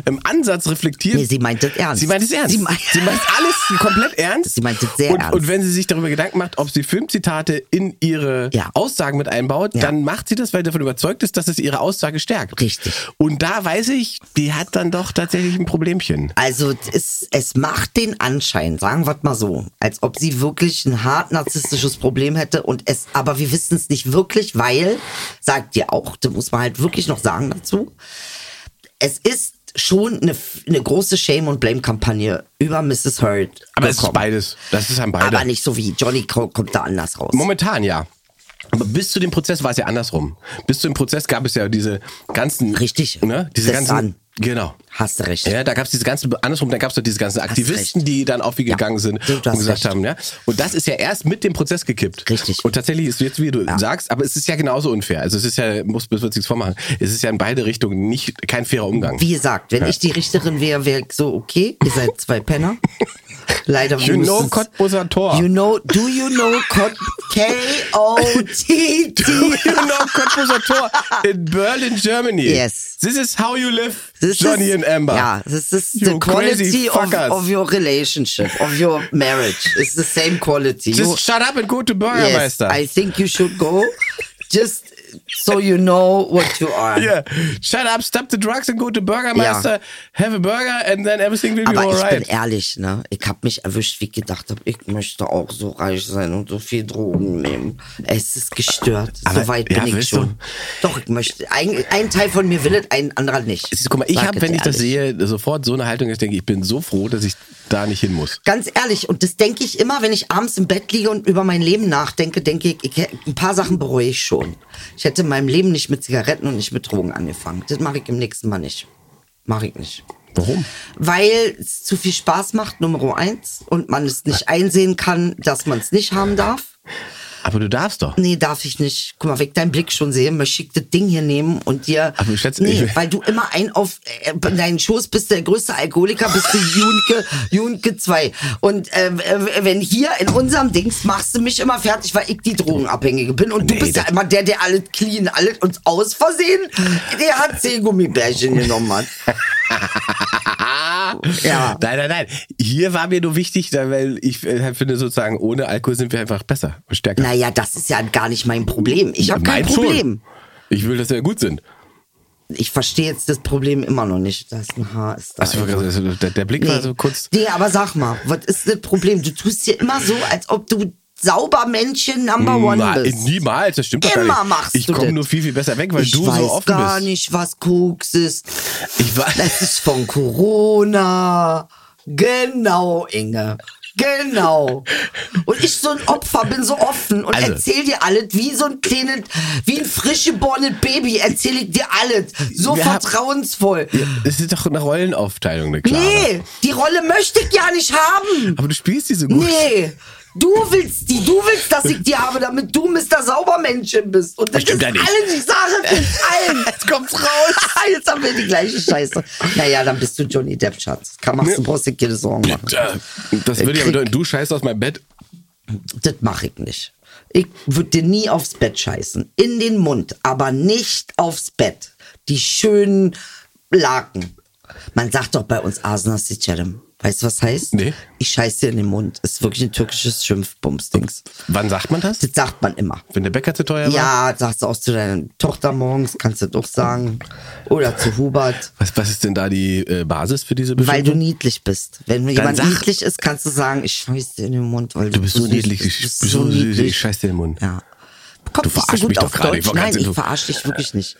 im Ansatz reflektiert.
Nee, sie meint das ernst.
Sie meint es ernst.
Sie meint-
sie meint alles komplett ernst.
Sie meint es sehr
und,
ernst.
Und wenn sie sich darüber Gedanken macht, ob sie Filmzitate in ihre
Ja.
Aussagen mit einbaut,
Ja.
dann macht sie das, weil sie davon überzeugt ist, dass es ihre Aussage stärkt.
Richtig.
Und da weiß ich, die hat dann doch tatsächlich ein Problemchen.
Also es, es macht den Anschein, sagen wir mal so, als ob sie wirklich ein hart narzisstisches Problem hätte und es, aber wir wissen es nicht wirklich, weil, sagt ihr auch, da muss man halt wirklich noch sagen dazu, es ist schon eine, eine große Shame- und Blame-Kampagne über Mrs. Hurd.
Aber es ist
gekommen.
beides. Das ist ein beide.
Aber nicht so wie Johnny Co- kommt da anders raus.
Momentan ja. Aber bis zu dem Prozess war es ja andersrum. Bis zu dem Prozess gab es ja diese ganzen.
Richtig.
Ne? Diese
Das
ganzen.
an.
Genau.
Hast du recht.
Ja, da gab es diese ganzen, andersrum, da gab es doch diese ganzen Aktivisten,
recht.
die dann aufgegangen
Ja,
sind
du
und
hast
gesagt
recht.
haben, ja. Und das ist ja erst mit dem Prozess gekippt.
Richtig.
Und tatsächlich ist jetzt, wie du sagst, aber es ist ja genauso unfair. Also es ist ja, muss muss man sich vormachen, es ist ja in beide Richtungen nicht, kein fairer Umgang.
Wie gesagt, wenn ich die Richterin wäre, wäre ich so, okay, ihr seid zwei Penner. Leider
You
müssen's-
know Cottbuser Tor.
You know, do you know Cott
You
K-O-T-T.
know Cottbuser Tor in Berlin, Germany.
Yes.
This is how you live,
This is-
Johnny and Amber.
Ja, this is the
You crazy
quality of,
fuckers.
of your relationship, of your marriage. It's the same quality. You-
Just shut up and go to Bürgermeister.
I think you should go. Just so you know what you are.
Yeah. Shut up, stop the drugs and go to Burgermeister, have a burger and then everything will be
Aber ich bin
alright.
ehrlich, ne? Ich habe mich erwischt, wie ich gedacht habe, ich möchte auch so reich sein und so viel Drogen nehmen. Es ist gestört.
Aber-
so weit
ja,
bin ich
willst du?
schon. Doch, ich möchte. Ein, ein Teil von mir will es, ein anderer nicht.
Guck mal, ich
Sag
habe,
jetzt
wenn ich das
ehrlich.
sehe, sofort so eine Haltung, dass ich denke, ich bin so froh, dass ich da nicht hin muss.
Ganz ehrlich, und das denke ich immer, wenn ich abends im Bett liege und über mein Leben nachdenke, denke ich, ich hä- ein paar Sachen bereue ich schon. Ich hätte in meinem Leben nicht mit Zigaretten und nicht mit Drogen angefangen. Das mache ich im nächsten Mal nicht. Mache ich nicht.
Warum?
weil es zu viel Spaß macht, Nummer eins, und man es nicht einsehen kann, dass man es nicht haben darf.
Aber du darfst doch.
Nee, darf ich nicht. Guck mal, weg deinen Blick schon sehe, möchte ich das Ding hier nehmen und dir.
Aber ich schätze-
nee,
ich-
weil du immer ein auf äh, in deinen Schoß bist, der größte Alkoholiker bist du Junke, Junke 2. Und äh, äh, wenn hier in unserem Dings machst du mich immer fertig, weil ich die Drogenabhängige bin und
Nee,
du bist ja
das-
immer der, der alles clean, alles uns aus Versehen, der hat Seegummibärchen genommen hat. Ja.
Nein, nein, nein. Hier war mir nur wichtig, da- weil ich äh, finde sozusagen, ohne Alkohol sind wir einfach besser und stärker.
Naja, das ist ja gar nicht mein Problem. Ich habe kein
Mein schon.
Problem.
Ich will, dass wir gut sind.
Ich verstehe jetzt das Problem immer noch nicht. Da ist ein Haar ist da.
Hast du vergessen, also der, der Blick war so kurz.
nee, aber sag mal, was ist das Problem? Du tust hier immer so, als ob du sauber Männchen Number One
Na,
bist.
niemals, das stimmt doch gar
Immer
nicht.
machst
ich
du
komme
das.
nur viel, viel besser weg, weil
ich
du
weiß
so offen
gar
bist.
nicht, was Koks ist.
Ich war-
Das ist von Corona. Genau, Inge. Genau. Und ich so ein Opfer bin so offen und
Also.
erzähl dir alles wie so ein kleines, wie ein frisch geborenes Baby. Erzähl ich dir alles. So
Wir haben-
vertrauensvoll.
Es ist doch eine Rollenaufteilung, eine klare.
Nee, die Rolle möchte ich ja nicht haben.
Aber du spielst die so gut.
Nee. Du willst die, du willst, dass ich die habe, damit du Mr. Saubermännchen bist. Und das,
stimmt
ist
ja nicht.
alle die Sache mit allen.
Jetzt kommt's raus.
Jetzt haben wir die gleiche Scheiße. Naja, dann bist du Johnny Depp, Schatz. Kann machst du, brauchst dir keine Sorgen machen.
Tja, Das würde ja
Krieg.
bedeuten, du scheißt aus meinem Bett.
Das mache ich nicht. Ich würde dir nie aufs Bett scheißen. In den Mund, aber nicht aufs Bett. Die schönen Laken. Man sagt doch bei uns Asnas Sicedem. Weißt du, was heißt?
Nee.
Ich scheiße dir in den Mund. Ist wirklich ein türkisches Schimpfbumsdings.
Wann sagt man das?
Das sagt man immer.
Wenn der Bäcker zu teuer war?
Ja, sagst du auch zu deiner Tochter morgens, kannst du doch sagen. Oder zu Hubert.
Was, was ist denn da die äh, Basis für diese Beschimpfung?
Weil du niedlich bist. Wenn mir
Dann
jemand
sag-
niedlich ist, kannst du sagen, ich scheiß dir in den Mund, weil
Du bist so niedlich, ich-
Du bist
bist
so
so süß,
niedlich.
ich scheiß dir in den Mund.
Ja. Kommt
Du
nicht
verarsch
so gut
mich doch
auf
gerade, ich
Deutsch.
war ganz
Nein, ich
enttäuscht.
verarsche dich wirklich nicht.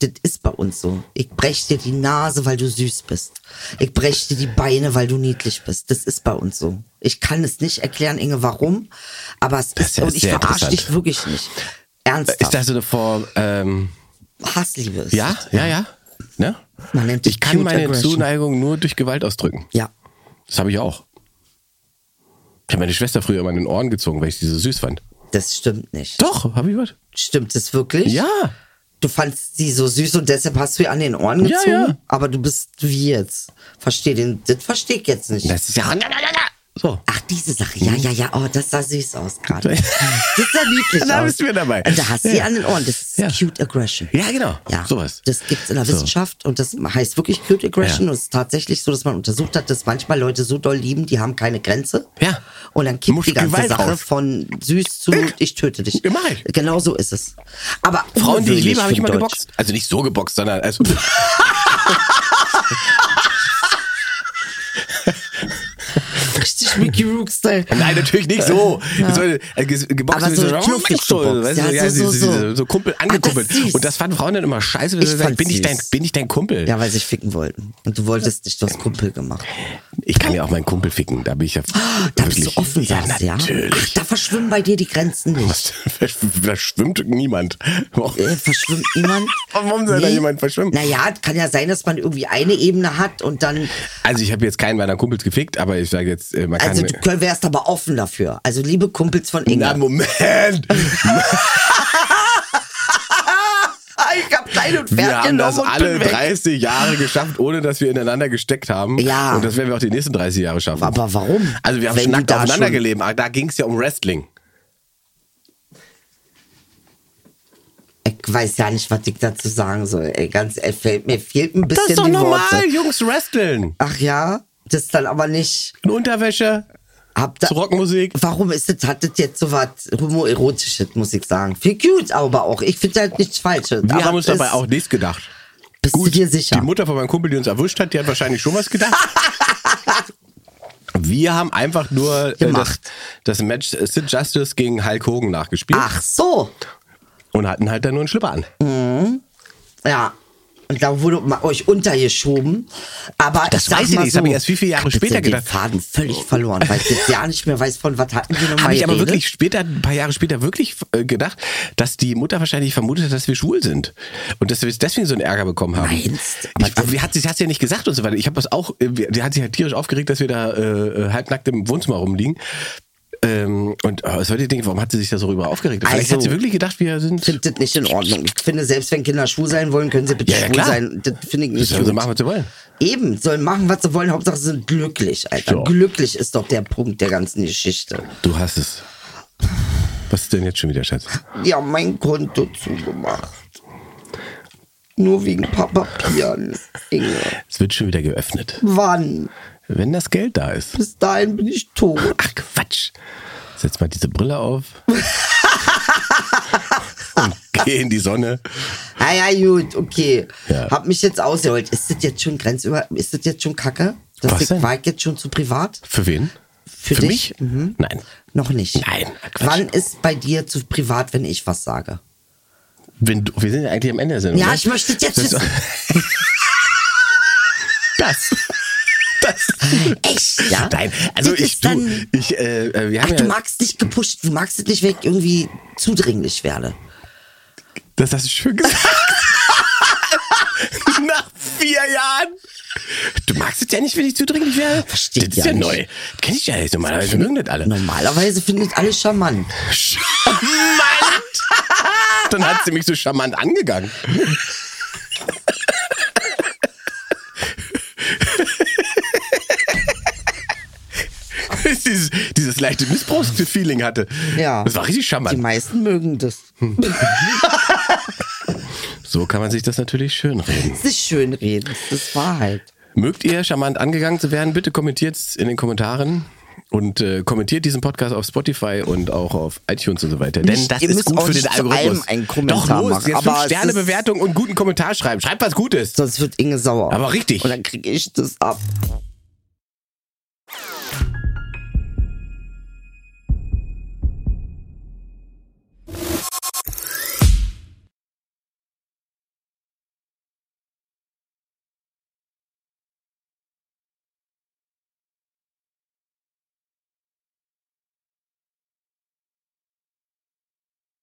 Das ist bei uns so. Ich brech dir die Nase, weil du süß bist. Ich brech dir die Beine, weil du niedlich bist. Das ist bei uns so. Ich kann es nicht erklären, Inge, warum. Aber es
Das
ist,
ist ja
und ich
sehr
verarsche dich
interessant.
wirklich nicht. Ernsthaft.
Ist das so eine Form, ähm,
Hassliebe ist
ja,
das.
ja, ja, ne?
Man nennt
Ich
das
kann
Cute
meine
Aggression.
Zuneigung nur durch Gewalt ausdrücken.
Ja.
Das habe ich auch. Ich habe meine Schwester früher immer in den Ohren gezogen, weil ich sie so süß fand.
Das stimmt nicht.
Doch, habe ich was?
Stimmt es wirklich?
Ja.
Du fandst sie so süß und deshalb hast du ihr an den Ohren
Ja,
gezogen.
ja.
Aber du bist wie jetzt. Versteh den. Das verstehe ich jetzt nicht.
Das ist ja. So.
Ach, diese Sache. Ja, ja, ja. Oh, das sah süß aus gerade. Das sah niedlich aus.
Da bist du wieder dabei.
Da hast du sie
Ja.
an den Ohren. Das ist
Ja.
Cute Aggression.
Ja, genau.
Ja,
Sowas.
das gibt's in der
So.
Wissenschaft und das heißt wirklich Cute Aggression.
Ja.
Und es ist tatsächlich so, dass man untersucht hat, dass manchmal Leute so doll lieben, die haben keine Grenze.
Ja.
Und dann kippt
Muss
die ganze
Gewalt
Sache
raus.
von süß zu ich, töte dich.
Ja, mach ich.
Genau so ist es. Aber
Frauen, die ich
ungewöhnlich
liebe, habe ich
für
immer
Deutsch.
geboxt. Also nicht so geboxt, sondern. Also
Richtig Mickey Rook-Style.
Nein, natürlich nicht so. So, äh, ge- Geboxt
Aber
ist
so
so,
knuffig
so,
geboxt.
weißt du,
Ja,
ja, so,
so,
so,
so, so.
so Kumpel
Ah, das ist
angekumpelt.
süß.
und das fanden Frauen dann immer scheiße. weil
Ich
sie sagen,
fand's
bin, ich dein,
süß.
bin ich dein Kumpel?
Ja, weil sie sich ficken wollten. Und du wolltest dich, du hast Kumpel gemacht.
Ich kann ja auch meinen Kumpel ficken. Da bin ich ja.
Da
wirklich,
bist du offen,
ja,
sagst du, ja? Ach,
natürlich.
da verschwimmen bei dir die Grenzen nicht.
da schwimmt niemand.
Äh, Verschwimmt niemand?
Warum soll da jemand verschwimmen?
Naja, es kann ja sein, dass man irgendwie eine Ebene hat und dann.
Also ich habe jetzt keinen meiner Kumpels gefickt, aber ich sage jetzt, äh, man kann.
Also, du könnt- wärst aber offen dafür. Also, liebe Kumpels von Inga.
na, Moment!
Ah, ich hab Kleid und
Wir
Pferd
haben das
genommen und
alle
bin weg.
30 Jahre geschafft, ohne dass wir ineinander gesteckt haben.
Ja.
Und das werden wir auch die nächsten 30 Jahre schaffen.
Aber warum?
Also wir haben
Wenn
schon
du
nackt
da
aufeinander
schon-
gelebt, aber da ging es ja um Wrestling.
Ich weiß ja nicht, was ich dazu sagen soll. Ey, ganz ehrlich, fällt mir fehlt ein bisschen die Worte.
Jungs, wresteln.
Ach ja, das dann aber nicht.
In Unterwäsche.
Hab da,
Zu Rockmusik.
Warum ist das, hat das jetzt so was homoerotisches, muss ich sagen. Viel cute, aber auch. Ich finde halt nichts Falsches.
Wir
aber
haben uns
es
dabei
ist-
auch nichts gedacht.
Bist du dir sicher?
Die Mutter von meinem Kumpel, die uns erwischt hat, die hat wahrscheinlich schon was gedacht. Wir haben einfach nur äh, das,
Gemacht.
das Match äh, Sid Justice gegen Hulk Hogan nachgespielt
Ach so.
und hatten halt dann nur einen Schlipper an.
Ja. Und da wurde ma- euch untergeschoben. Aber
Das
ich sag
weiß ich
mal
nicht, das
so,
habe ich erst viel, viel Jahre
hab jetzt
später
den
gedacht.
Faden völlig verloren, weil ich jetzt ja nicht mehr weiß, von was hatten wir nochmal
Habe ich aber wirklich später, ein paar Jahre später, wirklich äh, gedacht, dass die Mutter wahrscheinlich vermutet hat, dass wir schwul sind. Und dass wir deswegen so einen Ärger bekommen haben.
Meinst du?
Ich, aber die hat sie hat's ja nicht gesagt und so weiter. Ich habe das auch, äh, die hat sich halt tierisch aufgeregt, dass wir da äh, äh, halbnackt im Wohnzimmer rumliegen. Ähm, und äh, was wollt ihr denken, warum hat sie sich da so rüber aufgeregt? Vielleicht
Also,
hat sie wirklich gedacht, wir sind.
Ich finde das nicht in Ordnung. Ich finde, selbst wenn Kinder schwul sein wollen, können sie bitte
Ja, ja,
schwul
klar.
sein. Das finde ich nicht
Also
gut.
machen, was sie wollen.
Eben, sollen machen, was sie wollen. Hauptsache, sie sind glücklich, Alter.
So.
Glücklich ist doch der Punkt der ganzen Geschichte.
Du hast es. Was ist denn jetzt schon wieder, Schatz?
Ja, mein Konto zugemacht. Nur wegen Papapieren. Inge.
Es wird schon wieder geöffnet.
Wann?
Wenn das Geld da ist.
Bis dahin bin ich tot.
Ach Quatsch. Setz mal diese Brille auf. und geh in die Sonne.
Ah ja, gut, okay.
Ja.
Hab mich jetzt ausgeholt. Ist das jetzt schon grenzüber... Ist das jetzt schon Kacke? Das
Was
ich,
denn?
war ich jetzt schon zu privat?
Für wen?
Für dich? Mhm.
mich? Nein.
Noch nicht.
Nein, Quatsch.
Wann ist bei dir zu privat, wenn ich was sage?
Wenn du, wir sind ja eigentlich am Ende der Sendung.
Ja,
ne?
ich möchte das jetzt
Das-
wissen.
Das. Das.
Echt, ja?
Nein, also
Das
ich,
ist
du,
dann-
ich, äh, äh, wir
Ach,
haben
du
ja,
magst nicht gepusht. Du magst es nicht, wenn ich irgendwie zudringlich werde.
das hast du schön gesagt. Nach vier Jahren. Du magst es ja nicht, wenn ich zudringlich wäre.
Versteht
das ist
ja
ja
nicht.
neu. Kenn ich ja nicht. Normalerweise mögen das alle.
Normalerweise findet alles charmant.
Charmant! Dann
Ah.
hat sie mich so charmant angegangen. dieses, dieses leichte Missbrauchsgefühl hatte.
Ja.
Das war richtig
Die
charmant.
meisten mögen das.
Hm. So kann man sich das natürlich schön reden.
Das ist schönreden. Das ist Wahrheit.
Mögt ihr charmant angegangen zu werden? Bitte kommentiert es in den Kommentaren und äh, kommentiert diesen Podcast auf Spotify und auch auf iTunes und so weiter. Denn
Nicht-
das
ihr
ist
müsst
gut
auch
für den
nicht zu
Algorithmus.
allem einen Kommentar
Doch los,
machen,
jetzt
aber
fünf
es
Sterne
ist-
Bewertung und guten Kommentar schreiben. Schreibt was Gutes.
Sonst wird Inge sauer.
Aber richtig.
Und dann kriege ich das ab.